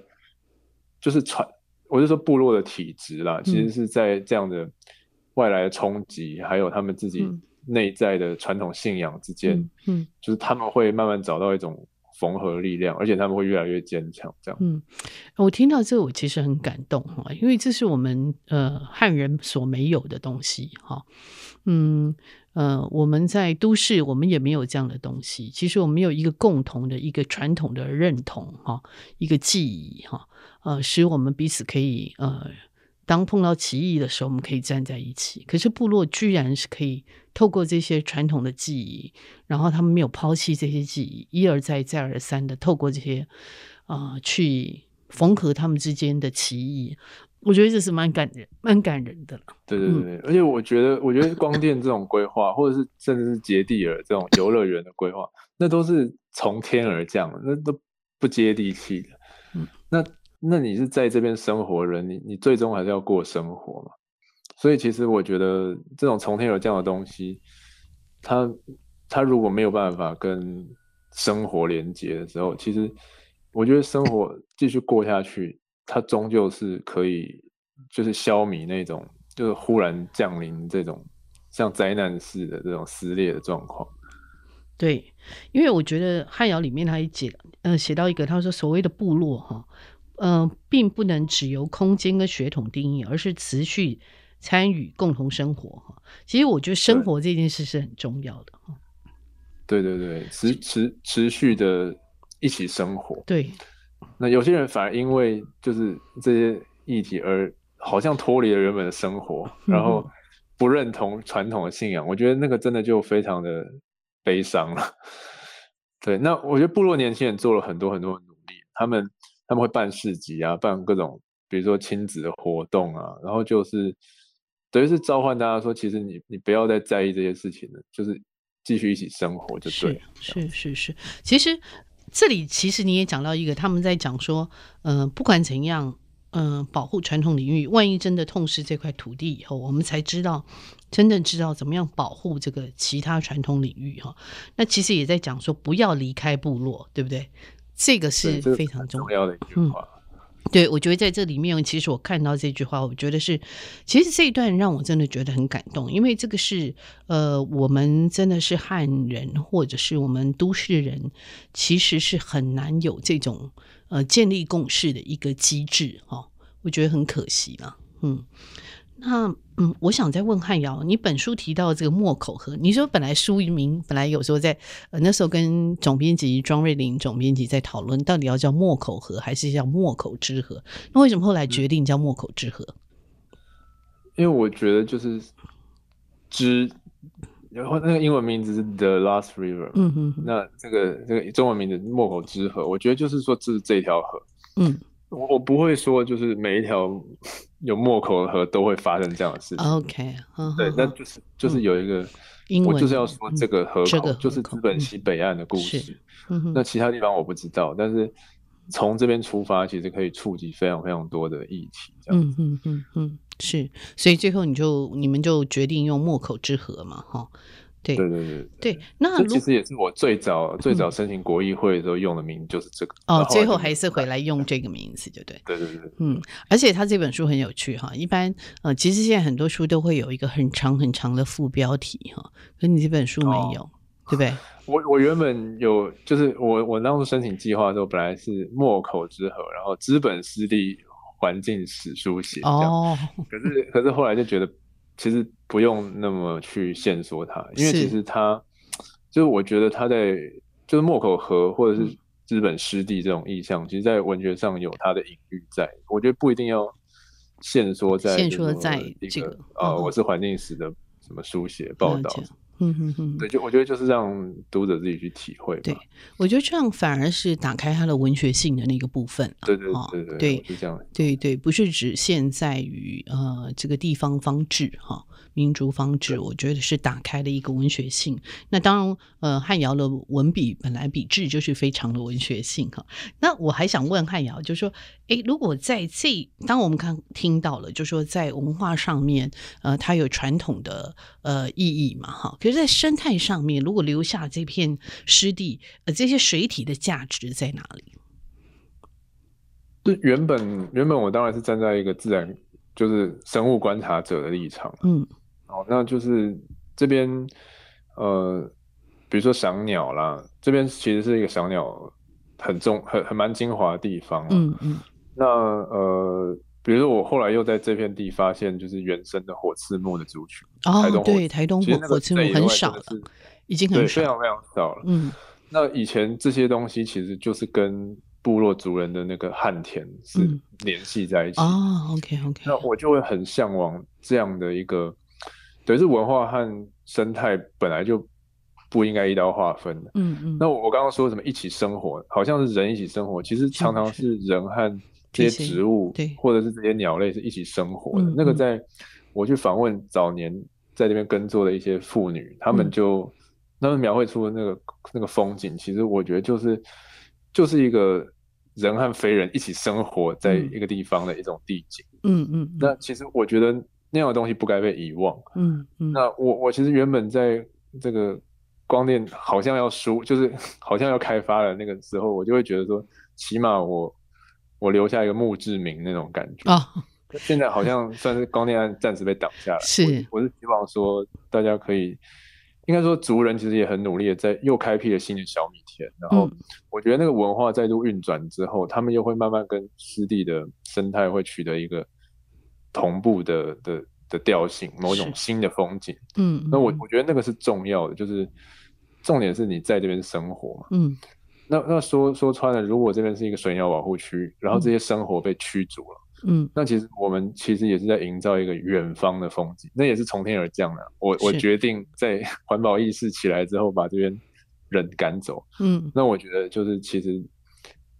[SPEAKER 2] 就是传，我就说部落的体质啦，其
[SPEAKER 1] 嗯
[SPEAKER 2] 实是在这样的外来的冲击，还有他们自己
[SPEAKER 1] 嗯
[SPEAKER 2] 内在的传统信仰之间，
[SPEAKER 1] 嗯嗯
[SPEAKER 2] 就是他们会慢慢找到一种缝合力量，而且他们会越来越坚强。这样，
[SPEAKER 1] 嗯，我听到这个我其实很感动哈，因为这是我们呃汉人所没有的东西哈。嗯呃，我们在都市我们也没有这样的东西，其实我们有一个共同的一个传统的认同哈，一个记忆哈，呃，使我们彼此可以呃。当碰到歧义的时候，我们可以站在一起。可是部落居然是可以透过这些传统的记忆，然后他们没有抛弃这些记忆，一而再、再而三的透过这些啊、呃去缝合他们之间的歧义，我觉得这是蛮感人、蛮感人的了。
[SPEAKER 2] 对对对对，而且我觉得，我觉得光电这种规划，或者是甚至是杰地尔这种游乐园的规划，那都是从天而降的，那都不接地气的。
[SPEAKER 1] 嗯
[SPEAKER 2] 那那你是在这边生活的人，你你最终还是要过生活嘛？所以其实我觉得这种从天而降的东西，它它如果没有办法跟生活连接的时候，其实我觉得生活继续过下去，它终究是可以就是消弭那种就是忽然降临这种像灾难似的这种撕裂的状况。
[SPEAKER 1] 对，因为我觉得汉尧里面他也写呃写到一个，他说所谓的部落哈，呃，并不能只由空间跟血统定义，而是持续参与共同生活哈。其实我觉得生
[SPEAKER 2] 对
[SPEAKER 1] 活这件事是很重要的哈。
[SPEAKER 2] 对对对，持持持续的一起生活。
[SPEAKER 1] 对，
[SPEAKER 2] 那有些人反而因为就是这些议题而好像脱离了原本的
[SPEAKER 1] [LAUGHS]
[SPEAKER 2] 生活，
[SPEAKER 1] 嗯
[SPEAKER 2] 然后不认同传统的信仰，我觉得那个真的就非常的悲伤了。对，那我觉得部落年轻人做了很多很多的努力，他们他们会办市集啊，办各种比如说亲子的活动啊，然后就是等于是召唤大家说，其实你你不要再在意这些事情了，就是继续一起生活就对
[SPEAKER 1] 是
[SPEAKER 2] 了。
[SPEAKER 1] 是是是，其实这里其实你也讲到一个，他们在讲说，呃，不管怎样，呃，保护传统领域，万一真的痛失这块土地以后，我们才知道，真正知道怎么样保护这个其他传统领域哈、那其实也在讲说，不要离开部落，对不对？这个
[SPEAKER 2] 对
[SPEAKER 1] 是
[SPEAKER 2] 这个
[SPEAKER 1] 非常重要
[SPEAKER 2] 重。要的一句
[SPEAKER 1] 嗯
[SPEAKER 2] 话。
[SPEAKER 1] 对，我觉得在这里面，其实我看到这句话，我觉得是，其实这一段让我真的觉得很感动，因为这个是，呃，我们真的是汉人或者是我们都市人，其实是很难有这种呃建立共识的一个机制哦，我觉得很可惜啦，嗯。那嗯，我想再问汉瑶，你本书提到这个墨口河，你说本来书名本来有时候在呃那时候跟总编辑庄瑞玲总编辑在讨论，到底要叫墨口河还是叫墨口之河？那为什么后来决定叫墨口之河？
[SPEAKER 2] 因为我觉得就是之，然后那个英文名字是 The Last River，嘛、
[SPEAKER 1] 嗯嗯
[SPEAKER 2] 那这个这个中文名字莫口之河，我觉得就是说这是这条河，
[SPEAKER 1] 嗯
[SPEAKER 2] 我我不会说就是每一条 [LAUGHS] 有莫口的河都会发生这样的事情。
[SPEAKER 1] ，OK，嗯
[SPEAKER 2] 对，
[SPEAKER 1] 嗯
[SPEAKER 2] 那
[SPEAKER 1] 嗯
[SPEAKER 2] 就是就是有一个，
[SPEAKER 1] 英文
[SPEAKER 2] 我就是要说这个河
[SPEAKER 1] 嗯这
[SPEAKER 2] 口，
[SPEAKER 1] 个河口
[SPEAKER 2] 就是资本西北岸的故
[SPEAKER 1] 嗯
[SPEAKER 2] 事。
[SPEAKER 1] 是嗯哼
[SPEAKER 2] 那其他地方我不知道，但是从这边出发，其实可以触及非常非常多的议题。这样
[SPEAKER 1] 嗯嗯嗯嗯，是，所以最后你就你们就决定用墨口之河嘛，哈，对
[SPEAKER 2] 对对对，
[SPEAKER 1] 对，那
[SPEAKER 2] 这
[SPEAKER 1] 如嗯
[SPEAKER 2] 其实也是我最早最早申请国议会的时候用的名，就是这个。然
[SPEAKER 1] 哦，
[SPEAKER 2] 后
[SPEAKER 1] 最
[SPEAKER 2] 来
[SPEAKER 1] 后
[SPEAKER 2] 就
[SPEAKER 1] 还是回来用这个名字，就对。
[SPEAKER 2] 对对对，
[SPEAKER 1] 嗯，而且他这本书很有趣哈。一般呃，其实现在很多书都会有一个很长很长的副标题哈，可你这本书没
[SPEAKER 2] 哦
[SPEAKER 1] 有，对不对？
[SPEAKER 2] 我我原本有就是我我当初申请计划的时候，本来是墨口之河，然后资本私利环境史书写这样。
[SPEAKER 1] 哦，
[SPEAKER 2] 可是 [LAUGHS] 可是后来就觉得，其实不用那么去限缩它，因为
[SPEAKER 1] 是
[SPEAKER 2] 其实它就是我觉得它在就是墨口河或者
[SPEAKER 1] 嗯
[SPEAKER 2] 是资本湿地这种意象，其实，在文学上有它的隐喻在。我觉得不一定要限缩在
[SPEAKER 1] 限
[SPEAKER 2] 就是
[SPEAKER 1] 缩
[SPEAKER 2] 说
[SPEAKER 1] 在
[SPEAKER 2] 一
[SPEAKER 1] 这个
[SPEAKER 2] 呃，
[SPEAKER 1] 嗯
[SPEAKER 2] 我是环境史的什么书写报
[SPEAKER 1] 了
[SPEAKER 2] 道
[SPEAKER 1] 解，嗯哼哼，
[SPEAKER 2] 对，就我觉得就是让读者自己去体会吧。
[SPEAKER 1] 对我觉得这样反而是打开他的文学性的那个部分啊
[SPEAKER 2] 对对
[SPEAKER 1] 哦
[SPEAKER 2] 对对，
[SPEAKER 1] 对
[SPEAKER 2] 我是这样。
[SPEAKER 1] 对对，不是只限在于呃这个地方方志哈、民族方志，我觉得是打开了一个文学性。那当然，呃，汉尧的文笔本来笔致就是非常的文学性哈、那我还想问汉尧，就说，诶，如果在这，当我们刚听到了，就说在文化上面，呃，它有传统的呃意义嘛哈，可是，在生态上面，如果留下这片湿地，呃，这些水体的价值在哪里？
[SPEAKER 2] 对，原本原本我当然是站在一个自然就是生物观察者的立场，
[SPEAKER 1] 嗯
[SPEAKER 2] 哦，那就是这边，呃，比如说赏鸟啦，这边其实是一个赏鸟很重、很很蛮精华的地方啊。
[SPEAKER 1] 嗯嗯，
[SPEAKER 2] 那呃，比如说我后来又在这片地发现，就是原生的火刺目的族群，台
[SPEAKER 1] 哦
[SPEAKER 2] 东，
[SPEAKER 1] 对，台东
[SPEAKER 2] 其实
[SPEAKER 1] 火
[SPEAKER 2] 那
[SPEAKER 1] 火
[SPEAKER 2] 个
[SPEAKER 1] 刺
[SPEAKER 2] 在
[SPEAKER 1] 木
[SPEAKER 2] 野
[SPEAKER 1] 很
[SPEAKER 2] 外真
[SPEAKER 1] 少
[SPEAKER 2] 的
[SPEAKER 1] 了，
[SPEAKER 2] 是
[SPEAKER 1] 已经
[SPEAKER 2] 对，
[SPEAKER 1] 很少
[SPEAKER 2] 非
[SPEAKER 1] 了。
[SPEAKER 2] 常非常少了。
[SPEAKER 1] 嗯，
[SPEAKER 2] 那以前这些东西其实就是跟部落族人的那个旱田是
[SPEAKER 1] 嗯
[SPEAKER 2] 联系在一起的。
[SPEAKER 1] 哦，OK OK，[LAUGHS]
[SPEAKER 2] [LAUGHS] 那我就会很向往这样的一个，等于是文化和生态本来就不应该一刀划分的。
[SPEAKER 1] 嗯嗯，
[SPEAKER 2] 那我刚刚说什么一起生活，好像是人一起生活，其实常常
[SPEAKER 1] 是
[SPEAKER 2] 是人和这
[SPEAKER 1] 这
[SPEAKER 2] 些
[SPEAKER 1] 些
[SPEAKER 2] 植物，
[SPEAKER 1] 对
[SPEAKER 2] 或者是这些鸟类是一起生活的。
[SPEAKER 1] 嗯
[SPEAKER 2] 那个
[SPEAKER 1] 嗯
[SPEAKER 2] 在我去访问早年在这边耕作的一些妇女，她
[SPEAKER 1] 嗯
[SPEAKER 2] 们就她们描绘出的那个那个风景，其实我觉得就是就是一个人和非人一起生活在
[SPEAKER 1] 嗯
[SPEAKER 2] 一个地方的一种地景。
[SPEAKER 1] 嗯嗯，
[SPEAKER 2] 那其实我觉得那样的东西不该被遗忘。
[SPEAKER 1] 嗯嗯，
[SPEAKER 2] 那我我其实原本在这个光电好像要输，就是 [LAUGHS] 好像要开发了那个时候，我就会觉得说，起码我我留下一个墓志铭那种感觉。
[SPEAKER 1] 哦，
[SPEAKER 2] 现在好像算是光电案暂时被挡下来，
[SPEAKER 1] 是
[SPEAKER 2] 我是希望说大家可以，应该说族人其实也很努力的在又开辟了新的小米田，然后
[SPEAKER 1] 嗯
[SPEAKER 2] 我觉得那个文化再度运转之后，他们又会慢慢跟湿地的生态会取得一个同步的的的调性，某种
[SPEAKER 1] 是
[SPEAKER 2] 新的风景。
[SPEAKER 1] 嗯，
[SPEAKER 2] 那我我觉得那个是重要的，就是重点是你在这边生活嘛。
[SPEAKER 1] 嗯
[SPEAKER 2] 那那说说穿了，如果这边是一个水鸟保护区，然后这些生活被驱逐了。
[SPEAKER 1] 嗯
[SPEAKER 2] 那其实我们其实也是在营造一个远方的风景，那也是从天而降的啊。我我
[SPEAKER 1] 是
[SPEAKER 2] 决定在 [LAUGHS] 环保意识起来之后，把这边人赶走。
[SPEAKER 1] 嗯，
[SPEAKER 2] 那我觉得就是其实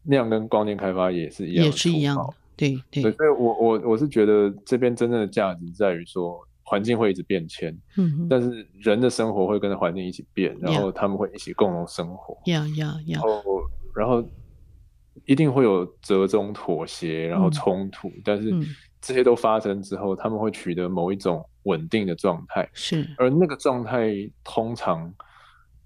[SPEAKER 2] 那样跟光电开发也是一样，
[SPEAKER 1] 也是一样的。，对
[SPEAKER 2] 对，
[SPEAKER 1] 对，
[SPEAKER 2] 所以我我我是觉得这边真正的价值在于说，环境会一直变迁，
[SPEAKER 1] 嗯嗯，
[SPEAKER 2] 但是人的生活会跟着环境一起变，然
[SPEAKER 1] Yeah
[SPEAKER 2] 后他们会一起共同生活。
[SPEAKER 1] 呀呀呀
[SPEAKER 2] 然，后然后一定会有折中、妥协，然后
[SPEAKER 1] 嗯
[SPEAKER 2] 冲突，但是
[SPEAKER 1] 嗯
[SPEAKER 2] 这些都发生之后，他们会取得某一种稳定的状态，
[SPEAKER 1] 是
[SPEAKER 2] 而那个状态通常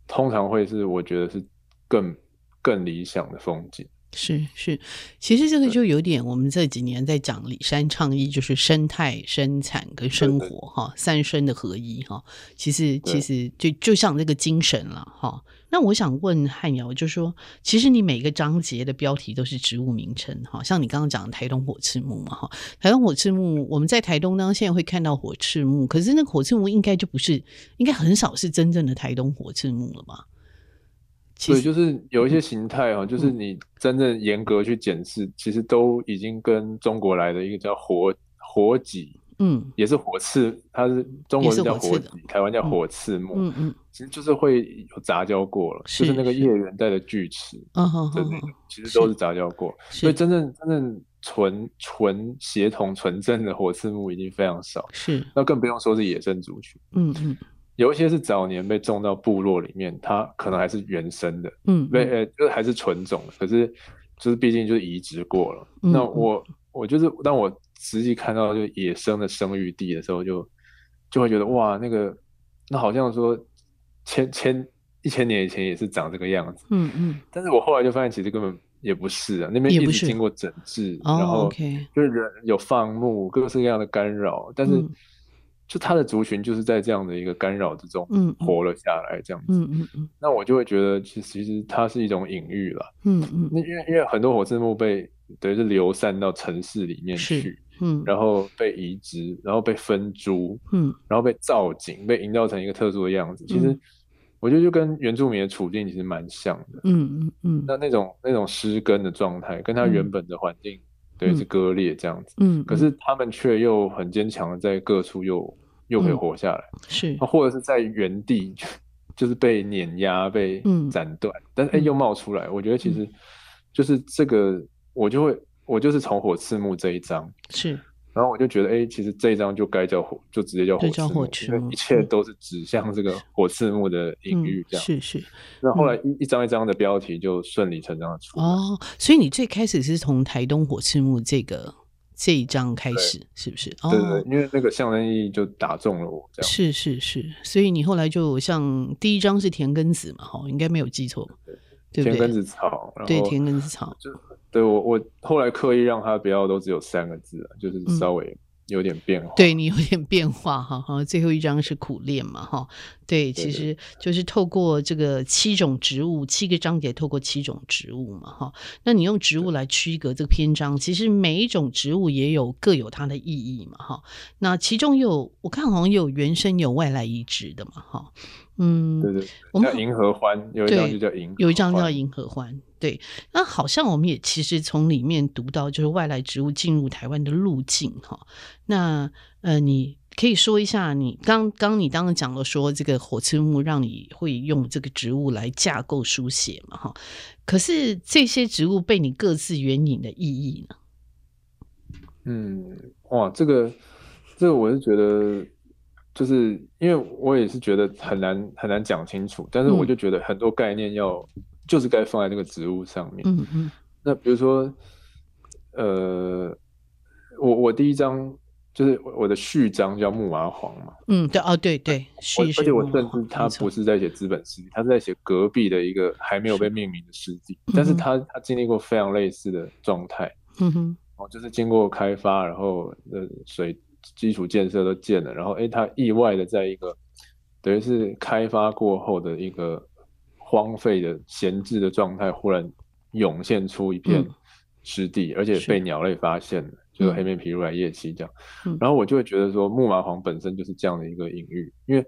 [SPEAKER 2] 通常会是我觉得是更更理想的风景。
[SPEAKER 1] 是是，其实这个就有点我们这几年在讲里山倡议，就是生态、生产跟生
[SPEAKER 2] 对
[SPEAKER 1] 活哈三生的合一哈。其实其
[SPEAKER 2] 对
[SPEAKER 1] 实就就像这个精神了哈。那我想问汉瑶，就说其实你每个章节的标题都是植物名称哈，像你刚刚讲的台东火翅木嘛哈，台东火翅木我们在台东呢现在会看到火翅木，可是那个火翅木应该就不是，应该很少是真正的台东火翅木了吧？其实
[SPEAKER 2] 对，
[SPEAKER 1] 嗯
[SPEAKER 2] 就是有一些形态哈、就是你真正严格去检视，其实都已经跟中国来的一个叫火火脊，
[SPEAKER 1] 嗯
[SPEAKER 2] 也是火刺，它是中
[SPEAKER 1] 也
[SPEAKER 2] 国
[SPEAKER 1] 是
[SPEAKER 2] 是叫
[SPEAKER 1] 火刺
[SPEAKER 2] 火
[SPEAKER 1] 的
[SPEAKER 2] 脊，台湾叫
[SPEAKER 1] 嗯
[SPEAKER 2] 火刺木。
[SPEAKER 1] 嗯嗯
[SPEAKER 2] 其实就是会有杂交过了，就是是那个
[SPEAKER 1] 是
[SPEAKER 2] 叶缘带的锯齿
[SPEAKER 1] 嗯好
[SPEAKER 2] 的
[SPEAKER 1] 好
[SPEAKER 2] 那
[SPEAKER 1] 好
[SPEAKER 2] 种，，其实都
[SPEAKER 1] 是
[SPEAKER 2] 是杂交过，
[SPEAKER 1] 是
[SPEAKER 2] 所以真正真正纯纯协同纯正的火刺木已经非常少，
[SPEAKER 1] 是，
[SPEAKER 2] 那更不用说是野生族群，
[SPEAKER 1] 嗯嗯
[SPEAKER 2] 有一些是早年被种到部落里面，它可能还是原生的，
[SPEAKER 1] 嗯，
[SPEAKER 2] 被
[SPEAKER 1] 嗯
[SPEAKER 2] 呃就是还是纯种的，可是就是毕竟就是移植过了。
[SPEAKER 1] 嗯
[SPEAKER 2] 那
[SPEAKER 1] 嗯
[SPEAKER 2] 我我就是当我实际看到就是野生的生育地的时候就，就会觉得哇，那个那好像说千千一千年以前也是长这个样子，
[SPEAKER 1] 嗯嗯，
[SPEAKER 2] 但是我后来就发现其实根本也不是啊，那边
[SPEAKER 1] 也
[SPEAKER 2] 一
[SPEAKER 1] 不
[SPEAKER 2] 直
[SPEAKER 1] 是
[SPEAKER 2] 经过整治，然
[SPEAKER 1] 哦
[SPEAKER 2] 后
[SPEAKER 1] ，OK，
[SPEAKER 2] 就是人有放牧各式各样的干扰，但是
[SPEAKER 1] 嗯
[SPEAKER 2] 就他的族群就是在这样的一个干扰之中
[SPEAKER 1] 嗯嗯
[SPEAKER 2] 活了下来，这样子。
[SPEAKER 1] 嗯嗯嗯
[SPEAKER 2] 那我就会觉得，其实其实它是一种隐喻啦。
[SPEAKER 1] 嗯
[SPEAKER 2] 那因为因为很多火字木被等于是流散到城市里面
[SPEAKER 1] 是
[SPEAKER 2] 去，
[SPEAKER 1] 嗯嗯
[SPEAKER 2] 然后被移植，然后被分株，
[SPEAKER 1] 嗯
[SPEAKER 2] 然后被造景，被营造成一个特殊的样子。其实
[SPEAKER 1] 嗯
[SPEAKER 2] 我觉得就跟原住民的处境其实蛮像的。
[SPEAKER 1] 嗯嗯
[SPEAKER 2] 那那种那种失根的状态，跟他原
[SPEAKER 1] 嗯
[SPEAKER 2] 本的环境等于是割裂这样子。
[SPEAKER 1] 嗯，
[SPEAKER 2] 可是他们却又很坚强的在各处又又可以
[SPEAKER 1] 嗯
[SPEAKER 2] 活下来。
[SPEAKER 1] 是
[SPEAKER 2] 啊或者是在原地就就是被碾压、被
[SPEAKER 1] 嗯
[SPEAKER 2] 斩断，但是哎、
[SPEAKER 1] 嗯
[SPEAKER 2] 又冒出来。我觉得其实就是这个，我就会我就是从火刺木这一章，
[SPEAKER 1] 是，嗯
[SPEAKER 2] 然后我就觉得哎、其实这一章就该叫火，就直接叫火
[SPEAKER 1] 对
[SPEAKER 2] 刺
[SPEAKER 1] 叫火
[SPEAKER 2] 木，
[SPEAKER 1] 刺
[SPEAKER 2] 因为
[SPEAKER 1] 木
[SPEAKER 2] 一切
[SPEAKER 1] 嗯
[SPEAKER 2] 都是指向这个火刺木的隐喻
[SPEAKER 1] 嗯
[SPEAKER 2] 这样。
[SPEAKER 1] 是是
[SPEAKER 2] 那后来一一张一张的标题就顺理成章的出来。
[SPEAKER 1] 哦，所以你最开始是从台东火赤木这个这一章开
[SPEAKER 2] 对
[SPEAKER 1] 始，是不是？哦，
[SPEAKER 2] 对对，对因为那个象征意义就打中了我，这样
[SPEAKER 1] 是是是，所以你后来就像第一章是田根子嘛，哈，应该没有记错吧，对不
[SPEAKER 2] 田
[SPEAKER 1] 对？
[SPEAKER 2] 根子草，然后
[SPEAKER 1] 对田根子草，
[SPEAKER 2] 对我，我后来刻意让它不要都只有三个字啊，就是
[SPEAKER 1] 嗯
[SPEAKER 2] 稍微有点变化。
[SPEAKER 1] 对你有点变化哈哈。最后一张是苦练嘛哈，对，
[SPEAKER 2] 对
[SPEAKER 1] 其
[SPEAKER 2] 对
[SPEAKER 1] 实就是透过这个七种植物，七个章节透过七种植物嘛哈。那你用植物来区隔这个篇章，其实每一种植物也有各有它的意义嘛哈。那其中有我看好像有原生有外来移植的嘛哈，嗯，
[SPEAKER 2] 对对，
[SPEAKER 1] 我们
[SPEAKER 2] 叫银河欢，有一张
[SPEAKER 1] 对
[SPEAKER 2] 就叫银河欢，
[SPEAKER 1] 有一张叫《银河欢》，对，那好像我们也其实从里面读到，就是外来植物进入台湾的路径哈。那呃，你可以说一下你，刚刚你刚刚讲了说这个火刺木让你会用这个植物来架构书写嘛哈。可是这些植物被你各自援引的意义呢？
[SPEAKER 2] 嗯，哇，这个这个我是觉得，就是因为我也是觉得很难很难讲清楚，但是我
[SPEAKER 1] 嗯
[SPEAKER 2] 就觉得很多概念要就是该放在这个植物上面。
[SPEAKER 1] 嗯嗯
[SPEAKER 2] 那比如说，呃，我我第一张就是我的序章叫木麻黄嘛。
[SPEAKER 1] 嗯，对哦，对对，是
[SPEAKER 2] 我
[SPEAKER 1] 是
[SPEAKER 2] 而且我
[SPEAKER 1] 木
[SPEAKER 2] 甚
[SPEAKER 1] 马
[SPEAKER 2] 至他
[SPEAKER 1] 没错
[SPEAKER 2] 不是在写资本市集，他是在写隔壁的一个还没有
[SPEAKER 1] 是
[SPEAKER 2] 被命名的湿地，但是
[SPEAKER 1] 嗯哼
[SPEAKER 2] 他他经历过非常类似的状态，
[SPEAKER 1] 嗯哼
[SPEAKER 2] 哦，就是经过开发，然后呃水基础建设都建了，然后诶，他意外的在一个等于是开发过后的一个荒废的闲置的状态，忽然涌现出一片
[SPEAKER 1] 嗯
[SPEAKER 2] 湿地，而且
[SPEAKER 1] 是
[SPEAKER 2] 被鸟类发现了，就是
[SPEAKER 1] 嗯
[SPEAKER 2] 黑面琵鹭来夜栖这样。
[SPEAKER 1] 嗯
[SPEAKER 2] 然后我就会觉得说，木麻黄本身就是这样的一个隐喻，因为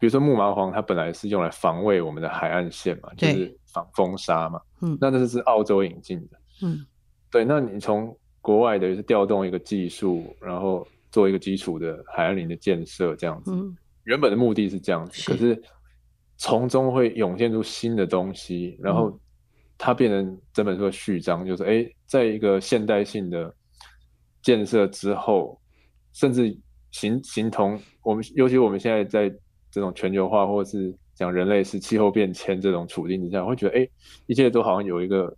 [SPEAKER 2] 比如说木麻黄它本来是用来防卫我们的海岸线嘛，就
[SPEAKER 1] 对
[SPEAKER 2] 是防风沙嘛，
[SPEAKER 1] 嗯
[SPEAKER 2] 那这是澳洲引进的。
[SPEAKER 1] 嗯
[SPEAKER 2] 对，那你从国外等于是调动一个技术，然后做一个基础的海岸林的建设，这样子。
[SPEAKER 1] 嗯
[SPEAKER 2] 原本的目的是这样子，
[SPEAKER 1] 是
[SPEAKER 2] 可是从中会涌现出新的东西，然后它变成整本书的序章，就是哎、诶在一个现代性的建设之后，甚至形形同我们，尤其我们现在在这种全球化或是讲人类是气候变迁这种处境之下，会觉得哎、诶一切都好像有一个。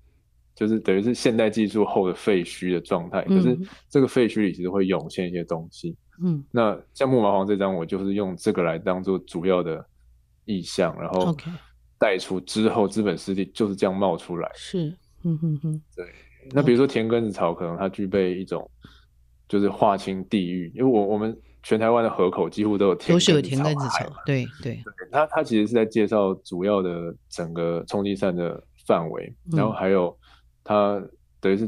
[SPEAKER 2] 就是等于是现代技术后的废墟的状态，可是
[SPEAKER 1] 嗯
[SPEAKER 2] 这个废墟里其实会涌现一些东西，
[SPEAKER 1] 嗯
[SPEAKER 2] 那像木麻黄这张，我就是用这个来当做主要的意象，然后
[SPEAKER 1] ，OK，
[SPEAKER 2] 带出之后资本湿地就是这样冒出来。
[SPEAKER 1] 是，嗯哼哼，
[SPEAKER 2] 那比如说田根子草，可能它具备一种就是划清地域，因为我我们全台湾的河口几乎都有田
[SPEAKER 1] 都
[SPEAKER 2] 根
[SPEAKER 1] 是有
[SPEAKER 2] 子
[SPEAKER 1] 田根子
[SPEAKER 2] 海
[SPEAKER 1] 草
[SPEAKER 2] 嘛，
[SPEAKER 1] 对对，
[SPEAKER 2] 对它它其实是在介绍主要的整个冲击扇的范围，
[SPEAKER 1] 嗯
[SPEAKER 2] 然后还有它等于是